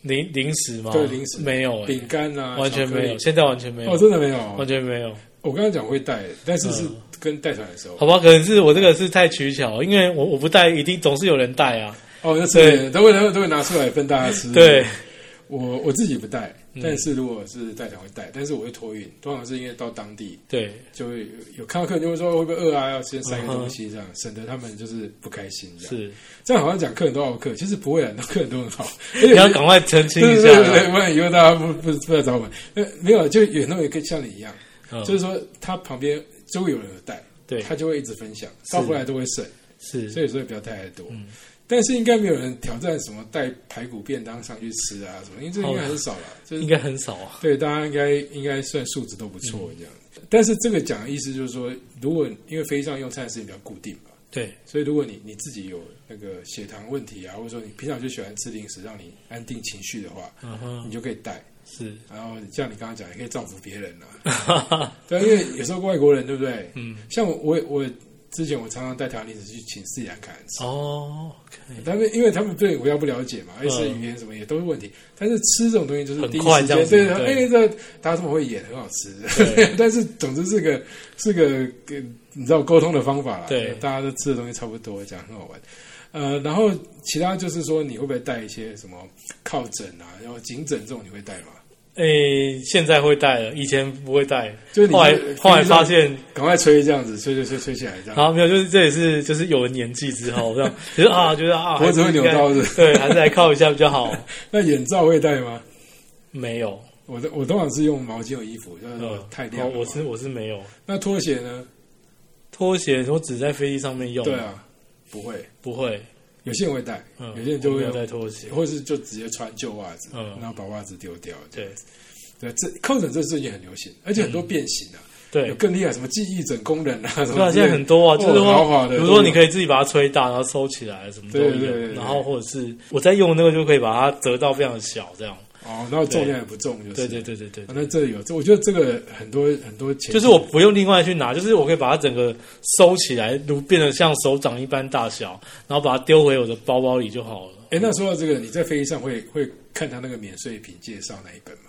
S2: 零零食吗？
S1: 对零食
S2: 没有，哎
S1: 饼干啊，
S2: 完全
S1: 巧克力
S2: 没有，现在完全没有
S1: 哦，，真的没有。
S2: 完全没有。
S1: 我刚刚讲会带，但是是跟带团的时候
S2: 嗯好吧，可能是我这个是太取巧，因为我我不带，一定总是有人带啊。
S1: 哦，那是都会都会都会拿出来分大家吃。
S2: 对，嗯
S1: 我我自己不带，但是如果是带团会带，但是我会托运，通常是因为到当地
S2: 对，
S1: 就会有看到客人就会说会不会饿啊，要先塞个东西这样，省得他们就是不开心这样。
S2: 是
S1: 这样好像讲客人都好客，其实不会啊，那客人都很好。而且
S2: (laughs) 你要赶快澄清
S1: 对对
S2: 一下
S1: 对
S2: 啊。
S1: 对，不然以后大家不不不来找我们。呃，没有，就有那么一个像你一样，
S2: 嗯
S1: 就是说他旁边周围有人有带，
S2: 对，
S1: 他就会一直分享，到回来都会省。
S2: 是
S1: 所以说不要带太多。
S2: 嗯
S1: 但是应该没有人挑战什么带排骨便当上去吃啊什么，因为这应该很少了。就是
S2: 应该很少啊。
S1: 对大家应该应该算素质都不错这样。但是这个讲的意思就是说，如果因为飞机上用餐的时间比较固定嘛，
S2: 对，
S1: 所以如果你你自己有那个血糖问题啊，或者说你平常就喜欢吃零食让你安定情绪的话，
S2: 嗯
S1: 你
S2: 哼，
S1: 就可以带。
S2: 是，
S1: (laughs) 然后像你刚刚讲，也可以造福别
S2: (laughs)
S1: 人啊。对，因为有时候外国人对不对？
S2: 嗯，
S1: 像我我我之前我常常带台湾零食去请斯里兰卡人吃。
S2: 哦，OK。
S1: 他们因为他们对国家不了解嘛，而且
S2: 嗯
S1: 语言什么也都是问题。但是吃这种东西就是
S2: 很
S1: 第一
S2: 快
S1: 时
S2: 这
S1: 间，
S2: 样
S1: 对，
S2: 子对
S1: 哎，这大家这么会演，很好吃
S2: 对。
S1: (laughs) 但是总之是个是个呃你知道沟通的方法啦，
S2: 对
S1: 大家都吃的东西差不多，这样很好玩。呃，然后其他就是说，你会不会带一些什么靠枕啊，然后颈枕这种你会带吗？
S2: 诶、现在会戴了，以前不会戴。
S1: 就是你
S2: 后来
S1: 就是
S2: 后来发现，
S1: 赶快吹这样子，吹吹吹吹起来这样。
S2: 啊，没有，就是这也是就是有了年纪之后，这样就是啊，觉得啊，
S1: 脖子
S2: 还是
S1: 会扭到
S2: 应该
S1: 是
S2: (laughs) 对，还是来靠一下比
S1: (laughs)
S2: 较好。
S1: 那眼罩会戴吗？
S2: 没有，
S1: 我的我通常是用毛巾或衣服，就是
S2: 呃，
S1: 哦太亮
S2: 哦
S1: 了嘛。
S2: 我是我是没有
S1: 那拖鞋呢？
S2: 拖鞋，我只在飞机上面用，
S1: 对，啊，不会。
S2: 不会，
S1: 有些人会带，
S2: 嗯，
S1: 有些人就
S2: 我
S1: 会
S2: 没有带拖鞋，
S1: 或是就直接穿旧袜子，
S2: 嗯
S1: 然后把袜子丢掉。这样
S2: 对
S1: 对，这靠枕这最近很流行，而且很多变形啊，有
S2: 嗯对。
S1: 更厉害，什么记忆枕功能啊，什
S2: 对啊，
S1: 么之
S2: 现
S1: 类的。
S2: 在很多啊，就是
S1: 哦豪华的
S2: 说，比如说
S1: 都有
S2: 你可以自己把它吹大，然后收起来，什么都有。
S1: 对对对对
S2: 然后或者是我在用那个，就可以把它折到非常小，这样。
S1: 哦，然后重量也不重，就是
S2: 对对对对对
S1: 啊。那这里有，这我觉得这个很多很多钱，
S2: 就是我不用另外去拿，就是我可以把它整个收起来，如变得像手掌一般大小，然后把它丢回我的包包里就好了。
S1: 哎，那说到这个，你在飞机上会会看他那个免税品介绍那一本吗？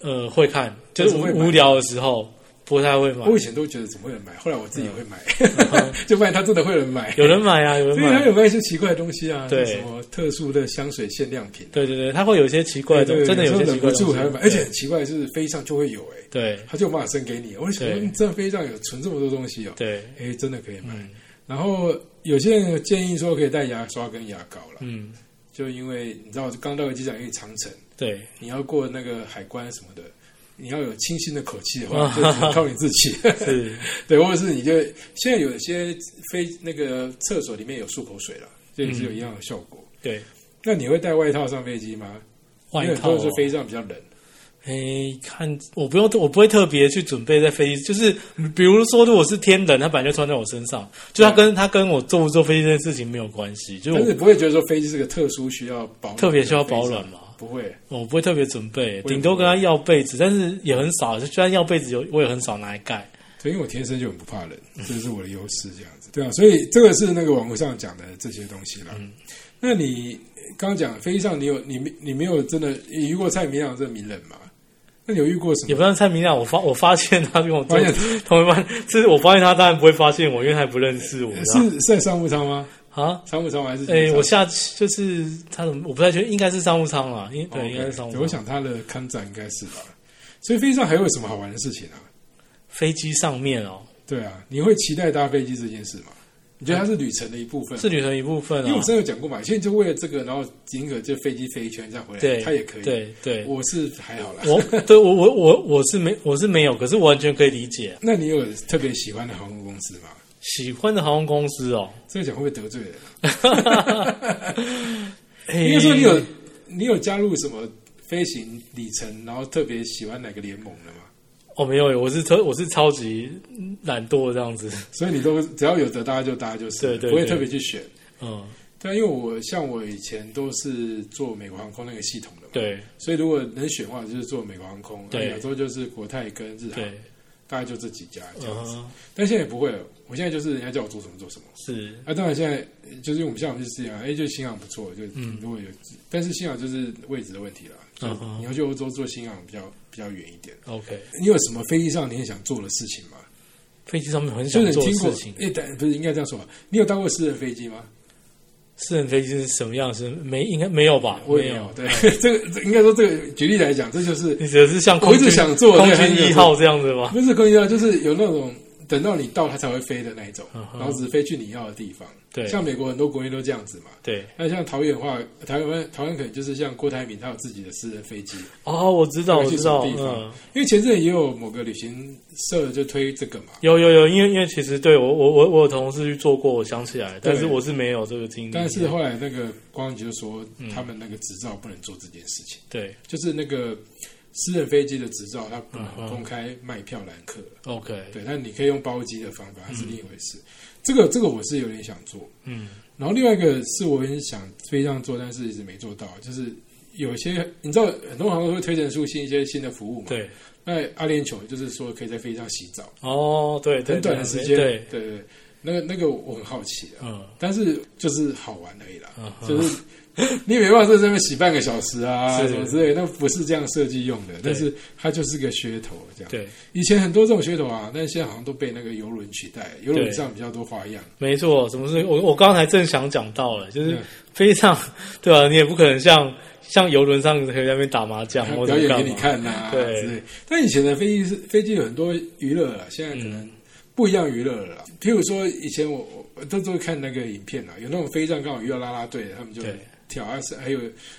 S2: 呃，会看，就是
S1: 但是会买
S2: 无无聊的时候不太会买
S1: 我，以前都觉得怎么会有人买，后来我自己也会买， (laughs) 就发现他真的会有人买，
S2: 嗯有人买啊，有人
S1: 所以他有
S2: 买。
S1: 卖一些奇怪的东西啊，
S2: 对
S1: 什么特殊的香水限量品啊
S2: 对对对，它会有一些奇怪的，
S1: 对
S2: 真的
S1: 时
S2: 有
S1: 候
S2: 些奇
S1: 忍不
S2: 怪的
S1: 住还会买，
S2: 东西。
S1: 而且很奇怪，就是飞机上就会有哎、欸
S2: 对
S1: 他就有办法生给你。我就想说，
S2: 对
S1: 嗯这飞机上有存这么多东西哦、
S2: 对，
S1: 哎、真的可以买。
S2: 嗯
S1: 然后有些人建议说可以带牙刷跟牙膏了，
S2: 嗯，
S1: 就因为你知道，刚到机场因为长城，
S2: 对，
S1: 你要过那个海关什么的。你要有清新的口气的话，就
S2: (laughs)
S1: 只能靠你自己。
S2: 啊是，
S1: (laughs) 对，或者是你就现在有些飞那个厕所里面有漱口水了，就也是有一样的效果。
S2: 对，
S1: 那你会带外套上飞机吗？
S2: 嗯外
S1: 因为很
S2: 套
S1: 多
S2: 哦
S1: 人说飞机上比较冷，
S2: 诶，看我不用，我不会特别去准备在飞机，就是比如说，如果是天冷，它本来就穿在我身上，就它跟它跟我坐不坐飞机这件事情没有关系，就是
S1: 但
S2: 我
S1: 是你不会觉得说飞机是个特殊需要保暖的
S2: 特别需要保
S1: 飞
S2: 暖
S1: 机
S2: 嘛，
S1: 不会，
S2: 我不会特别准备，
S1: 不会
S2: 顶多跟他要被子，但是也很少，就虽然要被子有，我也很少拿来盖。
S1: 对，因为我天生就很不怕冷，
S2: 嗯
S1: 这是我的优势，这样子。对啊，所以这个是那个网络上讲的这些东西
S2: 嗯
S1: 啦。那你刚讲飞机上你有你没你没有真的你遇过蔡明亮这个名人吗？那你有遇过什
S2: 也
S1: 么？
S2: 不知道蔡明亮，我发我发现他跟我坐
S1: 发现
S2: 同一班，是我发现他当然不会发现我，因为他也不认识我。
S1: 是是在商务舱吗？
S2: 啊，
S1: 商务舱吗还是？
S2: 哎、我下就是他怎么，我不太确定，应该是商务舱啦，因对，应该是商务
S1: 哦对
S2: 舱。
S1: 我想他的看展应该是吧。所以飞机上还有什么好玩的事情啊？
S2: 飞机上面哦，
S1: 对啊，你会期待搭飞机这件事吗？你觉得它是旅程的一部分吗？
S2: 是旅程一部分
S1: 因为我
S2: 啊
S1: 之。前有讲过嘛，现在就为了这个，然后宁可就飞机飞一圈再回来，
S2: 对，
S1: 他也可以。，
S2: 对对，
S1: 我是还好啦。
S2: 我对我我我我是没我是没有，可是我完全可以理解。
S1: 那你有特别喜欢的航空公司吗？
S2: 喜欢的航空公司哦，
S1: 这个讲会不会得罪人？应该
S2: 应
S1: 说你
S2: 哎
S1: 有你有加入什么飞行里程，然后特别喜欢哪个联盟的吗？
S2: 哦，没有，我是超我是超级懒惰这样子，
S1: 所以你都只要有得搭就搭，就是
S2: 对对
S1: 不会
S2: 对
S1: 特别去选。
S2: 嗯，
S1: 对啊，因为我像我以前都是做美国航空那个系统的嘛，
S2: 对
S1: 所以如果能选的话，就是做美国航空，
S2: 对
S1: 亚洲就是国泰跟日航，
S2: 对，
S1: 大概就这几家这样
S2: 嗯
S1: 子。
S2: 哼，
S1: 但现在也不会了，我现在就是人家叫我做什么做什么。
S2: 是
S1: 啊，当然现在呃就是因为我们像我们是这样，哎，就新航不错，就如果有，但是新航就是位置的问题啦。就
S2: 嗯哼
S1: 你要去欧洲做新航比较比较远一点。
S2: OK。
S1: 你有什么飞机上你很想做的事情吗？
S2: 飞机上面很
S1: 就
S2: 想
S1: 是你
S2: 做的
S1: 听过
S2: 事情，，
S1: 哎，但不是应该这样说吧？你有搭过私人飞机吗？
S2: 私人飞机是什么样子？没应该没有嗯吧？
S1: 我也
S2: 没
S1: 没有。对， (laughs) 这个这应该说这个举例来讲，这就是
S2: 你只是像空
S1: 我一直
S2: 军
S1: 想做
S2: 空
S1: 对还是
S2: 军一
S1: 有
S2: 号这样子吗？
S1: 不是空调，就是有那种等到你到它才会飞的那一种，
S2: 嗯哼
S1: 然后只飞去你要的地方。
S2: 对
S1: 像美国很多国内都这样子嘛。
S2: 对，
S1: 那像桃园的话，台湾台湾可能就是像郭台铭他有自己的私人飞机，
S2: 哦，我知道，
S1: 要
S2: 我
S1: 去
S2: 知
S1: 什么
S2: 道，
S1: 地方
S2: 嗯，
S1: 因为前阵也有某个旅行社就推这个嘛，
S2: 有有有，因为因为其实对我我我我有同事去做过，我想起来，但是
S1: 对
S2: 我是没有这个经历。
S1: 但是后来那个公安局就说他们那个执照不能做这件事情，
S2: 对
S1: 就是那个私人飞机的执照，它不能
S2: 嗯哼
S1: 公开卖票揽客。
S2: ，OK，
S1: 对，但你可以用包机的方法，它是另一回事。这个这个我是有点想做，
S2: 嗯，
S1: 然后另外一个是我很想非常做，但是一直没做到，就是有些你知道很多航空会推荐出新一些新的服务嘛？。
S2: 对，
S1: 那阿联酋就是说可以在飞机上洗澡，
S2: 哦，对，对
S1: 很短的时间，
S2: 对，
S1: 对对对那个那个我很好奇啊，
S2: 嗯，
S1: 但是就是好玩而已啦，
S2: 嗯哼
S1: 就是 (laughs) 你没办法在这边洗半个小时啊，
S2: 是
S1: 什么之类的，那不是这样设计用的，但是它就是个噱头这样。
S2: 对，
S1: 以前很多这种噱头啊，但现在好像都被那个游轮取代，游轮
S2: 对
S1: 上比较多花样。
S2: 没错，什么事？我我刚才正想讲到了，就是
S1: 嗯
S2: 非常 (laughs) 对啊，你也不可能像像游轮上可以在那边打麻将
S1: 他
S2: 或
S1: 表
S2: 者
S1: 演
S2: 干
S1: 给你
S2: 嘛，
S1: 看呐、啊，
S2: 对
S1: 之类。但以前的飞机是飞机有很多娱乐了，现在
S2: 嗯
S1: 可能不一样娱乐了啦。譬如说，以前我我我都都会看那个影片啊，有那种飞机上刚好遇到啦啦队的，他们就
S2: 对
S1: 跳啊，是还有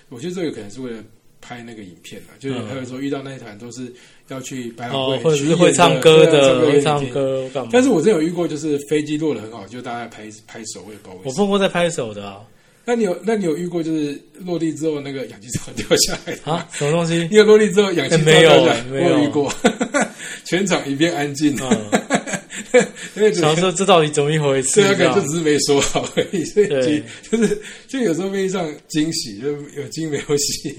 S1: 我觉得这个可能是为了。拍那个影片啊，就是
S2: 嗯
S1: 还有说遇到那一团都是要去百老
S2: 哦
S1: 汇，
S2: 或者
S1: 巡
S2: 是
S1: 演
S2: 会唱歌
S1: 对啊
S2: 的，会
S1: 唱
S2: 唱
S1: 歌的影片。
S2: 歌干嘛？
S1: 但是我真有遇过，就是飞机落得很好，就大家拍拍手，我也不知道为
S2: 我
S1: 什么。
S2: 碰过在拍手的啊
S1: 那你有那你有遇过就是落地之后那个氧气罩掉下来的吗
S2: 啊，什么东西？
S1: (laughs) 你有落力之后氧气罩
S2: 哎没有
S1: 掉下来
S2: 没有
S1: 我遇过， (laughs) 全场一片安静。
S2: 嗯，
S1: (laughs) 因为
S2: 想说这到底怎么一
S1: (laughs)
S2: 回事
S1: 这？
S2: 这
S1: 个
S2: 样
S1: 啊就只是没说好而已，所以
S2: 对
S1: 就就是就有时候飞机上惊喜，就有惊没有喜。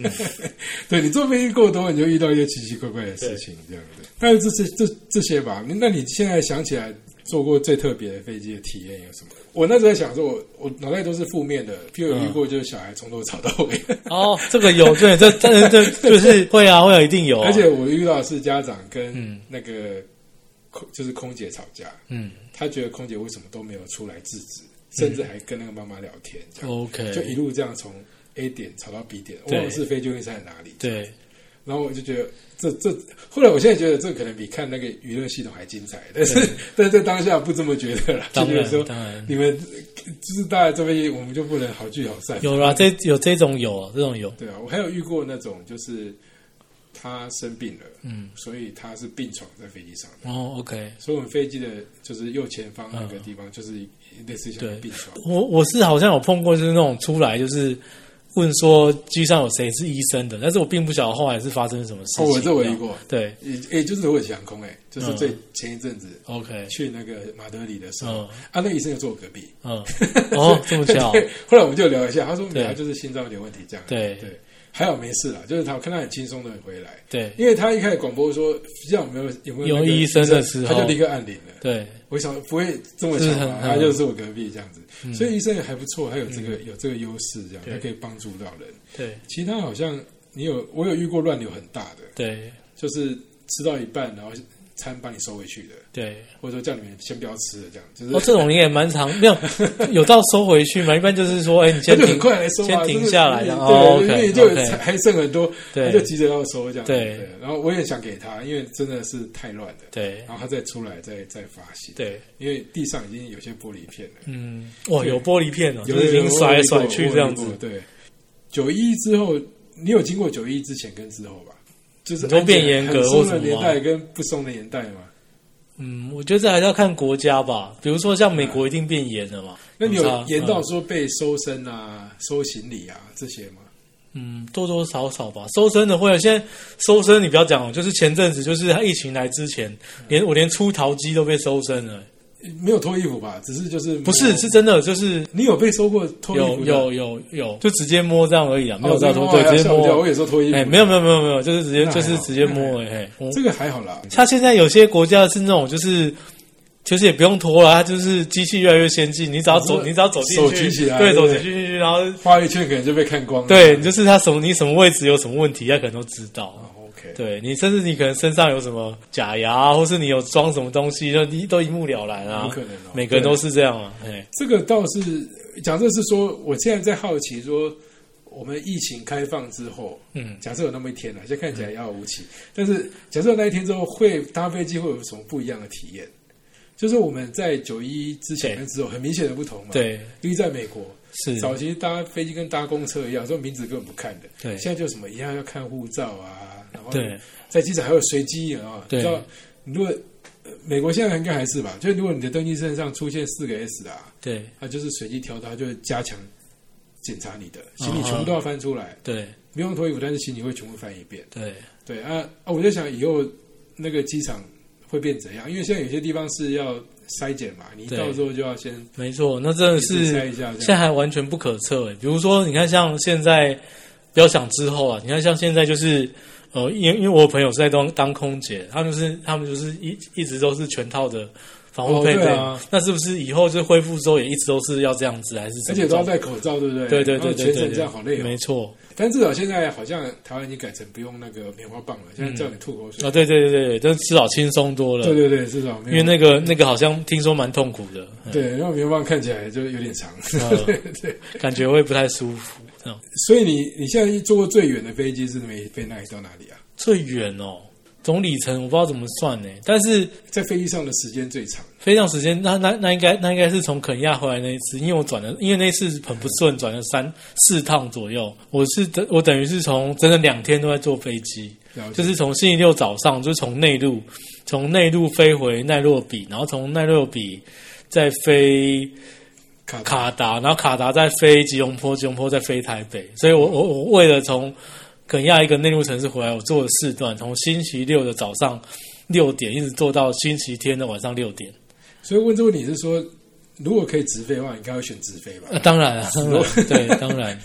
S1: (laughs) 对你坐飞机过多，你就遇到一些奇奇怪怪的事情，这样子。但是这这这这些吧，那你现在想起来坐过最特别的飞机的体验有什么？我那时候在想说，我我脑袋都是负面的，譬如有遇过就是小孩从头吵到尾， (laughs)
S2: 哦，这个有对，这这这就是会啊，会啊，一定有啊、
S1: 而且我遇到的是家长跟那个空、就是空姐吵架，
S2: 嗯
S1: 他觉得空姐为什么都没有出来制止，甚至还跟那个妈妈聊天，这样、就一
S2: ，OK，
S1: 路这样从 A 点吵到 B 点，我
S2: 对
S1: 忘了是非洲是在哪里。
S2: 对，
S1: 然后我就觉得这这，后来我现在觉得这可能比看那个娱乐系统还精彩，但是但是在当下不这么觉得啦，就
S2: 当
S1: 觉得
S2: 然
S1: 说
S2: 当然
S1: 你们就是大家这边我们就不能好聚好散。
S2: 有啦，这有这种有啊，这种有，
S1: 对啊，我还有遇过那种就是他生病了，嗯，所以他是病床在飞机上的，
S2: 哦，OK，
S1: 所以我们飞机的就是右前方那个地方就是类似像
S2: 嗯对
S1: 病床，
S2: 我我是好像有碰过，就是那种出来就是问说机上有谁是医生的，但是我并不晓得后来是发生什么事情。
S1: 哦，我这我遇过，
S2: 对
S1: 诶、诶就是土耳其航空、诶，就是
S2: 嗯
S1: 最前一阵子
S2: ，OK，
S1: 去那个马德里的时候，
S2: 嗯
S1: 啊，那医生就坐我隔壁， (laughs)
S2: 嗯，哦，这么巧，
S1: 对，后来我们就聊一下，他说没有，
S2: 对
S1: 就是心脏有点问题这样，
S2: 对
S1: 对，还好没事啦，就是他我看他很轻松的回来，
S2: 对
S1: 因为他一开始广播说不知道有没有有没有那个
S2: 有医生的时候
S1: 他就立刻按铃了。
S2: 对，
S1: 我想不会这么巧
S2: 是
S1: 吧
S2: 很？嗯
S1: 他就是我隔壁这样子，所以医生也还不错，还有这个有这个优势，这样
S2: 对
S1: 他可以帮助到人。
S2: 对，
S1: 其他好像你有我有遇过乱流很大的，
S2: 对，
S1: 就是吃到一半然后餐帮你收回去的，
S2: 对。
S1: 或者说叫你们先不要吃了这样，就是
S2: 哦，这种你也蛮常
S1: (laughs)
S2: 没有有到收回去嘛？一般就是说，哎，你
S1: 他
S2: 先
S1: 就
S2: 停
S1: 很，快来收啊，
S2: 先停
S1: 就是
S2: 下来
S1: 对
S2: 然后
S1: 因
S2: OK，
S1: 为就
S2: OK
S1: 还剩很多，他
S2: 对
S1: 就急着要收这样。
S2: 对，
S1: 然后我也想给他，因为真的是太乱了。
S2: 对
S1: 然后他再出来再再发泄，，
S2: 对，
S1: 因为地上已经有些玻璃片了，
S2: 嗯，哇，
S1: 对
S2: 有玻璃片哦，就
S1: 有
S2: 是已经甩
S1: 我
S2: 来
S1: 有
S2: 甩
S1: 遇过
S2: 去这样
S1: 我有遇
S2: 子
S1: 过，对，九一之后，你有经过九一之前跟之后吧？就是
S2: 你说变严格
S1: 很松
S2: 或什
S1: 的
S2: 么
S1: 年
S2: 吗
S1: 代跟不松的年代嘛？
S2: 嗯，我觉得这还是要看国家吧。比如说像美国一定变严了嘛，
S1: 那你
S2: 不是啊
S1: 有严到
S2: 嗯
S1: 说被搜身啊、收行李啊这些吗？
S2: 嗯多多少少吧。搜身的会有，现在搜身你不要讲，就是前阵子就是他疫情来之前，连我连出逃机都被搜身了，
S1: 没有脱衣服吧？只是就是
S2: 不是是真的，就是
S1: 你有被搜过脱衣
S2: 有
S1: 服的？
S2: 有有有，就直接摸这样而已啊，没有
S1: 哦
S2: 到
S1: 真的
S2: 脱
S1: 吗
S2: 对，
S1: 哎呀
S2: 直接
S1: 吓我一跳我
S2: 摸，
S1: 也说脱衣服，
S2: 哎，没有没有没有没有，就是直接
S1: 那还
S2: 就
S1: 好
S2: 是直接
S1: 那
S2: 摸，哎，嘿
S1: 这个还好啦。
S2: 他现在有些国家是那种就是。其实也不用拖了，它就是机器越来越先进，你只要走，
S1: 就是
S2: 你只要走进去，
S1: 手举起来
S2: 对，
S1: 对
S2: 手
S1: 不
S2: 举
S1: 对
S2: 进去，然后
S1: 画一圈可能就被看光了。
S2: 对，就是他什么你什么位置有什么问题，他可能都知道。
S1: 哦，OK，
S2: 对你，甚至你可能身上有什么假牙啊，或是你有装什么东西，就你都一目了然啊。
S1: 有可能哦
S2: 每个人都是这样啊。哎，
S1: 这个倒是讲，这是说，我现在在好奇说，我们疫情开放之后，
S2: 嗯，
S1: 假设有那么一天了，啊现在看起来遥遥无期，但是假设有那一天之后，会搭飞机会有什么不一样的体验？就是我们在九一之前
S2: 对
S1: 跟之后很明显的不同嘛，，
S2: 对，
S1: 因为在美国，
S2: 是，
S1: 早期搭飞机跟搭公车一样，说名字根本不看的，
S2: 对
S1: 现在就什么一样要看护照啊，然后
S2: 对，
S1: 在机场还有随机啊，哦你
S2: 对
S1: 知道，你如果呃美国现在应该还是吧，就如果你的登机证上出现四个 S 啊，
S2: 对，
S1: 他就是随机挑的，他就会加强检查你的
S2: 嗯
S1: 行李，全部都要翻出来，
S2: 对，
S1: 不用脱衣服，但是行李会全部翻一遍。
S2: 对，
S1: 对啊啊，我在想以后那个机场会变怎样？因为现在有些地方是要筛检嘛，你
S2: 对
S1: 到时候就要先
S2: 没错，那真的
S1: 也
S2: 是
S1: 筛一下这
S2: 现在
S1: 样。
S2: 还完全不可测诶。欸比如说，你看像现在，不要想之后啊，你看像现在就是，呃，因为因为我朋友是在当当空姐，他们就是他们就是一一直都是全套的防护
S1: 哦
S2: 配备、
S1: 对啊
S2: 那是不是以后就恢复之后也一直都是要这样子，还是
S1: 而
S2: 怎
S1: 且
S2: 么
S1: 都要
S2: 着？
S1: 戴口罩，对不对？
S2: 对对
S1: 然后
S2: 对对
S1: 全
S2: 对
S1: 程这样好累
S2: 对，没
S1: 哦。
S2: 错
S1: 但至少现在好像台湾已经改成不用那个棉花棒了，现在叫你吐口水
S2: 啊，。对对对对，但至少轻松多了，
S1: 对对对，至少没
S2: 因为
S1: 有。
S2: 那个那个好像听说蛮痛苦的，嗯
S1: 对，然后棉花棒看起来就有点长。
S2: 嗯
S1: (laughs) 对对。
S2: 感觉会不太舒服。这样
S1: 所以你你现在坐过最远的飞机是没飞哪里到哪里啊？
S2: 最远哦，总里程我不知道怎么算呢，但是。
S1: 在飞机上的时间最长，
S2: 飞上时间，那那那应该那应该是从肯亚回来那一次，因为我转了，因为那一次很不顺，转了三四趟左右。我是等我等于是从整整两天都在坐飞机，
S1: 了解
S2: 就是从星期六早上，就是从内陆从内陆飞回奈洛比，然后从奈洛比再飞
S1: 卡
S2: 卡达，然后卡达再飞吉隆坡，吉隆坡再飞台北。所以我我我为了从肯亚一个内陆城市回来，我坐了四段，从星期六的早上六点一直坐到星期天的晚上六点。
S1: 所以问这个问题是说，如果可以直飞的话，你应该会选直飞吧？ (laughs)
S2: 呃，当然啊，当然对，当然。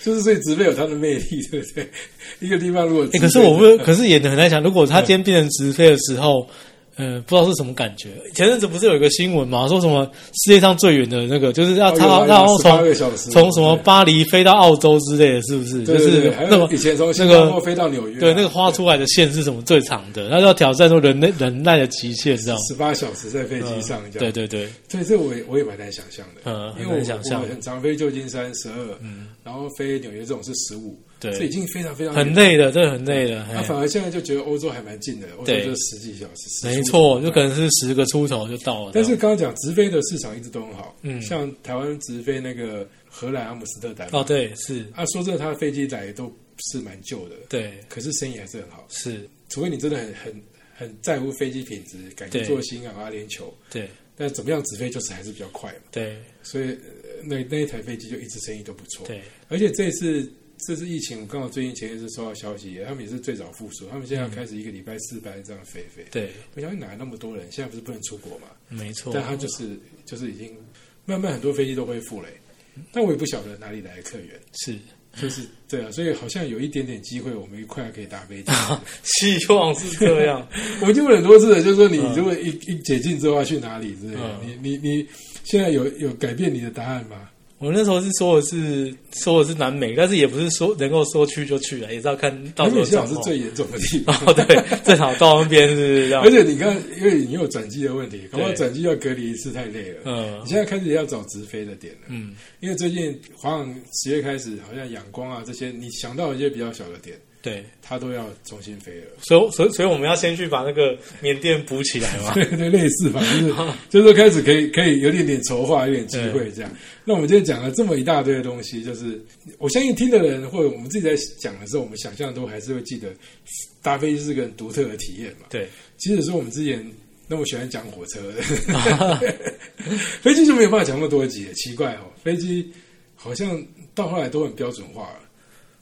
S1: 就是所以直飞有它的魅力，对不对？ (laughs) 一个地方如果直飞、
S2: 欸可是我不，可是也很难想，如果
S1: 嗯
S2: 他今天变成直飞的时候，呃，不知道是什么感觉。前阵子不是有一个新闻嘛，说什么世界上最远的那个，就是
S1: 哦
S2: 要他
S1: 啊
S2: 他要
S1: 八
S2: 从
S1: 个小时，
S2: 从什么巴黎飞到澳洲之类的，是不是？
S1: 对
S2: 就
S1: 对对
S2: 是
S1: 对还有
S2: 那么
S1: 以前从
S2: 那
S1: 新加坡
S2: 个
S1: 飞到纽约啊、
S2: 对那个画出来的线是什么最长的？那就要挑战说人类忍耐的极限，这样。
S1: 十八小时在飞机上这样。
S2: 嗯对对对
S1: 对，这我也我也蛮难想象的，
S2: 嗯
S1: 因
S2: 很
S1: 为
S2: 难
S1: 我
S2: 想象嗯
S1: 我很常飞旧金山十二，然后飞纽约这种是十五，这已
S2: 对，
S1: 经非常非常
S2: 很累的，这很累的。
S1: 那、
S2: 嘿
S1: 反而现在就觉得欧洲还蛮近的，欧洲
S2: 对
S1: 就十几小时，
S2: 没
S1: 15
S2: 错，就可能是十个出头就到了。
S1: 但是刚刚讲直飞的市场一直都很好，
S2: 嗯
S1: 像台湾直飞那个荷兰阿姆斯特丹，
S2: 哦，对，是，
S1: 啊，说真的，它的飞机来都是蛮旧的，
S2: 对，
S1: 可是生意还是很好，
S2: 是，
S1: 除非你真的很很很在乎飞机品质，改去
S2: 对
S1: 做新港、阿联酋，
S2: 对
S1: 但怎么样直飞就是还是比较快嘛，
S2: 对。
S1: 所以、呃那那一台飞机就一直生意都不错。
S2: 对，
S1: 而且这次这次疫情，我刚好最近前一次收到消息，他们也是最早复苏，他们现在要开始一个礼拜四班这样飞飞。
S2: 对，哦
S1: 我想哪来那么多人？现在不是不能出国嘛？
S2: 没错。
S1: 但他就是就是已经慢慢很多飞机都恢复了、欸但我也不晓得哪里来的客源，
S2: 是 (laughs)
S1: 就是对啊，所以好像有一点点机会，我们快可以搭
S2: (laughs)
S1: 飞机。
S2: 希望是这
S1: (laughs)
S2: 样，
S1: 我听过很多次了，就是说你
S2: 嗯
S1: 如果一一解禁之后要去哪里之类的，
S2: 嗯
S1: 你你你现在有有改变你的答案吗？
S2: 我那时候是说的是说的是南美，但是也不是说能够说去就去啊了，也是要看到
S1: 而
S2: 时候
S1: 且
S2: 的
S1: 香港
S2: 状
S1: 是
S2: 况。
S1: 最严重的地方。
S2: (laughs) 哦，对，正好到那边是不是这样
S1: 而。且你看，因为你有转机的问题，搞不好
S2: 对
S1: 转机要隔离一次太累了。
S2: 嗯
S1: 你现在开始要找直飞的点了，
S2: 嗯，
S1: 因为最近华航十月开始，好像仰光啊这些，你想到一些比较小的点，
S2: 对，
S1: 它都要重新飞了。 (laughs)
S2: 所以所以所以我们要先去把那个缅甸补起来
S1: (laughs)
S2: 嘛。
S1: 对对，类似吧，
S2: (laughs)
S1: 就是就是说开始可以可以有点点筹划，有点机会这样。那我们今天讲了这么一大堆的东西，就是我相信听的人或者我们自己在讲的时候，我们想象都还是会记得搭飞机是个很独特的体验嘛。
S2: 对，
S1: 即使说我们之前那么喜欢讲火车，
S2: (laughs)
S1: 飞机就没有办法讲那么多集，奇怪哦，飞机好像到后来都很标准化了。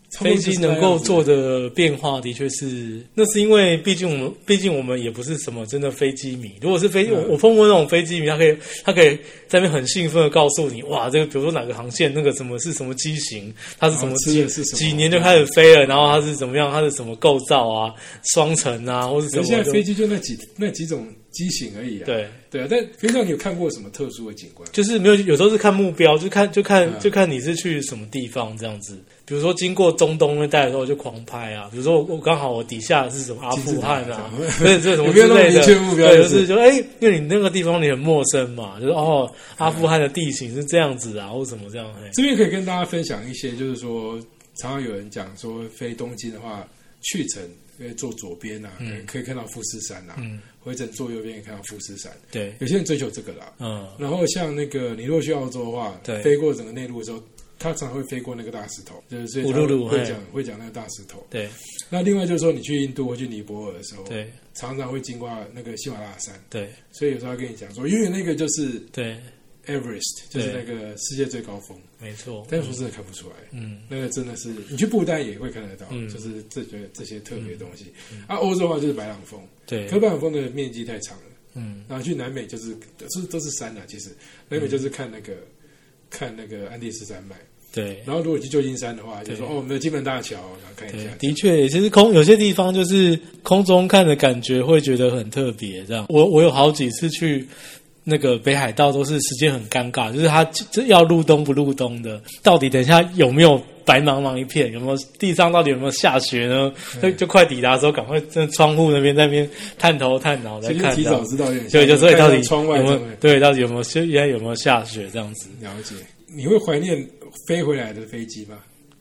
S1: 差不多
S2: 飞
S1: 就是
S2: 机
S1: 那样
S2: 能够
S1: 子
S2: 做的变化的确是，那是因为毕竟我们毕竟我们也不是什么真的飞机迷。如果是飞，我
S1: 嗯
S2: 我碰过那种飞机迷，他可以他可以在那边很兴奋的告诉你，哇，这个比如说哪个航线，那个什么是什么机型，它是什么
S1: 然后吃
S2: 机
S1: 的哦是什么
S2: 几年就开始飞了，然后它是怎么样，它是什么构造啊，双层啊，或是什
S1: 可
S2: 么
S1: 是现在
S2: 就
S1: 飞机就那几那几种机型而已啊。
S2: 对。
S1: 对啊，但飞机上你有看过什么特殊的景观？
S2: 就是没有，有时候是看目标，就看就看
S1: 嗯
S2: 就看你是去什么地方这样子。比如说经过中东那带的时候我就狂拍啊，比如说我我刚好我底下是什么阿富汗啊
S1: 金字，
S2: (laughs) 对，这什
S1: (laughs)
S2: 么
S1: 有没有
S2: 之
S1: 那么
S2: 类的，
S1: 明确目标
S2: 对，
S1: 就
S2: 就是是就哎、因为你那个地方你很陌生嘛，就是哦，阿富汗的地形是这样子啊，或什么这样，嘿
S1: 这边可以跟大家分享一些，就是说，常常有人讲说，飞东京的话，去程可以坐左边啊，可以看到富士山啊；
S2: 嗯
S1: 回程坐右边可以看到富士山。
S2: 对，
S1: 有些人追求这个啦。
S2: 嗯，
S1: 然后像那个你如果去澳洲的话，
S2: 对
S1: 飞过整个内陆的时候，他常会飞过那个大石头，就是所以
S2: 乌
S1: 他
S2: 鲁鲁
S1: 会
S2: 嘿
S1: 讲会讲那个大石头。
S2: 对
S1: 那另外就是说，你去印度或去尼泊尔的时候，
S2: 对
S1: 常常会经过那个喜马拉雅山，
S2: 对
S1: 所以有时候他跟你讲说，因为那个就是
S2: 对，
S1: Everest，就是
S2: 对
S1: 那个世界最高峰，
S2: 没错，
S1: 但是说真的看不出来。
S2: 嗯，
S1: 那个真的是，你去不丹也会看得到，
S2: 嗯
S1: 就是这觉得这些特别的东西。啊，欧洲的话就是白朗峰，
S2: 对，
S1: 可白朗峰的面积太长了，
S2: 嗯，
S1: 然后去南美就是都是都是山啊，其实南美就是看那个、看那个安第斯山脉，
S2: 对。
S1: 然后如果去旧金山的话，就说
S2: 对
S1: 哦，我们的金门大桥，然后看一
S2: 对
S1: 下，，
S2: 的确，其实空有些地方就是空中看的感觉会觉得很特别。这样，我我有好几次去那个北海道，都是时间很尴尬，就是它这要入冬不入冬的，到底等一下有没有白茫茫一片，有没有地上到底有没有下雪呢？
S1: 嗯
S2: 就就快抵达的时候，赶快在窗户那边在那边探头探脑在
S1: 其实
S2: 看
S1: 提
S2: 到
S1: 早。知道有点像，
S2: 所以就所以到底
S1: 看窗外
S2: 有没有
S1: 这样
S2: 对到底有没有原来有没有下雪这样子？
S1: 了解，你会怀念飞回来的飞机吗？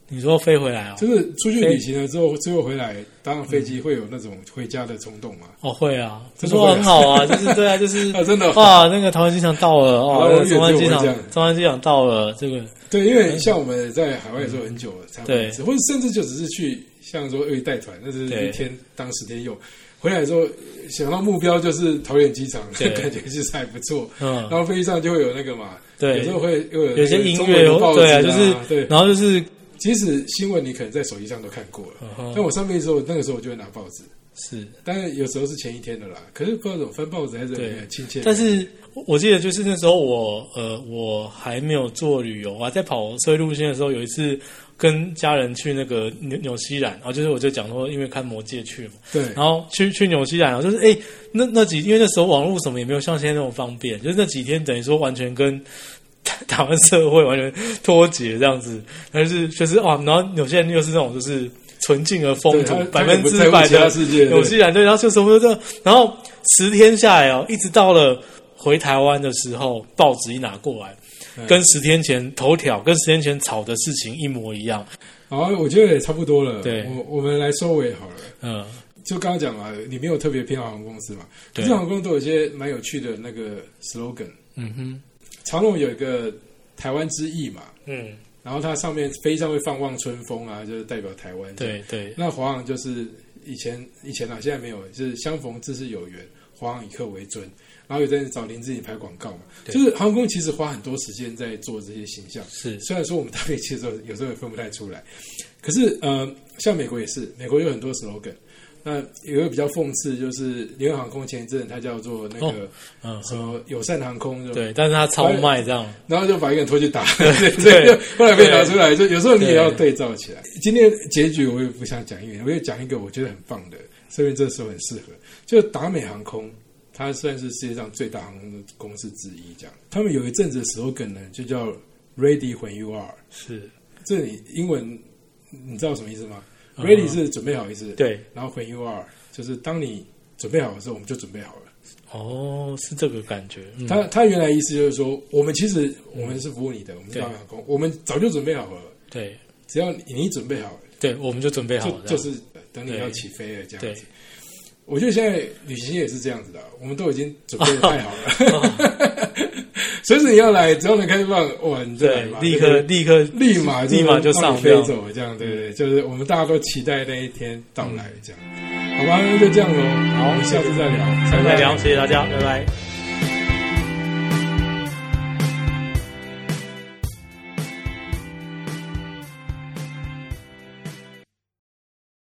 S2: 你说飞回来哦，
S1: 就是出去旅行了之后，最后回来搭上飞机会有那种回家的冲动吗？
S2: 哦，会啊，不
S1: 真的会
S2: 错，
S1: 啊
S2: 很好啊，就是
S1: (laughs)
S2: 对啊，就是
S1: 啊真的
S2: 哇，那个桃园机场到了哦
S1: 啊，
S2: 那
S1: 我
S2: 个
S1: 以为
S2: 中山
S1: 只有我
S2: 机场
S1: 这样，
S2: 中山机场到了，这个
S1: 对，因为像我们在海外的时候很久了，差不多
S2: 嗯对
S1: 一次，或者甚至就只是去，像说鳄鱼带团，那是
S2: 对
S1: 一天当十天用。回来之后，想到目标就是桃园机场，
S2: 对
S1: (laughs) 感觉其实还不错。然
S2: 嗯，
S1: 后飞机上就会有那个嘛，
S2: 对
S1: 有时候会又有那个
S2: 有些音
S1: 中文
S2: 乐哦
S1: 的报纸
S2: 对
S1: 啊，
S2: 就是嗯
S1: 对。
S2: 然后就是
S1: 即使新闻你可能在手机上都看过了，
S2: 嗯哼
S1: 但我上飞机之后，那个时候我就会拿报纸，
S2: 是，
S1: 但是有时候是前一天的啦。可是不知道怎么翻报纸还是
S2: 对
S1: 很亲切。
S2: 但是我我记得就是那时候我呃我还没有做旅游啊，在跑车路线的时候，有一次跟家人去那个纽纽西兰，然后就是我就讲说因为看《魔戒》去嘛，
S1: 对，
S2: 然后去去纽西兰，然后就是哎、诶那那几因为那时候网络什么也没有像现在那种方便，就是那几天等于说完全跟 (laughs) 台湾社会完全脱节这样子，但是就是哇，然后纽西兰又是那种就是纯净而风土
S1: 对他，
S2: 百
S1: 他也
S2: 分
S1: 不
S2: 之百
S1: 在乎其他
S2: 的
S1: 世界对
S2: 纽西兰对，然后就什么都这样，然后十天下来哦，一直到了回台湾的时候，报纸一拿过来。
S1: 嗯
S2: 跟十天前头条跟十天前炒的事情一模一样，
S1: 好，我觉得也差不多了。
S2: 对
S1: 我我们来收尾好了。
S2: 嗯，
S1: 就刚刚讲嘛，你没有特别偏好航空公司嘛？可
S2: 对
S1: 是航空公司都有一些蛮有趣的那个 slogan。
S2: 嗯哼，
S1: 长荣有一个台湾之翼嘛，
S2: 嗯，
S1: 然后它上面飞上会放望春风啊，就是代表台湾。，
S2: 对对，
S1: 那华航就是以前以前啊，现在没有，就是相逢自是有缘，华航以客为尊。然后有在找林志颖拍广告嘛，就是航空公司其实花很多时间在做这些形象。
S2: 是
S1: 虽然说我们搭配器的时候 (laughs) 有时候也分不太出来，可是呃，像美国也是，美国有很多 slogan。那有一个比较讽刺，就是联合航空前一阵它叫做那个
S2: 嗯，
S1: 什么友善航空，哦对吧
S2: 对，但是他超卖这样，
S1: 然后就把一个人拖去打， (laughs) 对对，后来被拿出来，就有时候你也要对照起来。今天结局我也不想讲，因为我也讲一个我觉得很棒的，所以这时候很适合，就达美航空，它算是世界上最大航空公司之一，这样。他们有一阵子的 slogan 呢，就叫 “Ready when you are”，
S2: 是
S1: 这里英文你知道什么意思吗
S2: 嗯
S1: ？Ready 是准备好意思，，
S2: 对，
S1: 然后 when you are 就是当你准备好的时候，我们就准备好了。
S2: 哦，是这个感觉，嗯
S1: 他他原来意思就是说，我们其实我们是服务你的，我们是
S2: 对
S1: 大航空，我们早就准备好了，
S2: 对
S1: 只要你你准备好了，
S2: 对，我们就准备好
S1: 就
S2: 了，
S1: 就是等你
S2: 对
S1: 要起飞了这样
S2: 对
S1: 子。我觉得现在旅行也是这样子的，我们都已经准备的太好
S2: (laughs)
S1: 了， (laughs) 随时你要来，只要能开放，哇，你就来
S2: 哦对
S1: 吧，，
S2: 立
S1: 这
S2: 刻
S1: 个
S2: 立刻
S1: 立马
S2: 立马就
S1: 让你
S2: 上
S1: 飞
S2: 掉
S1: 走，这样对对，对就是我们大家都期待那一天到来，这样，好吧，那就这样喽，好，我们下次再聊，
S2: 再聊，谢谢大家，拜拜。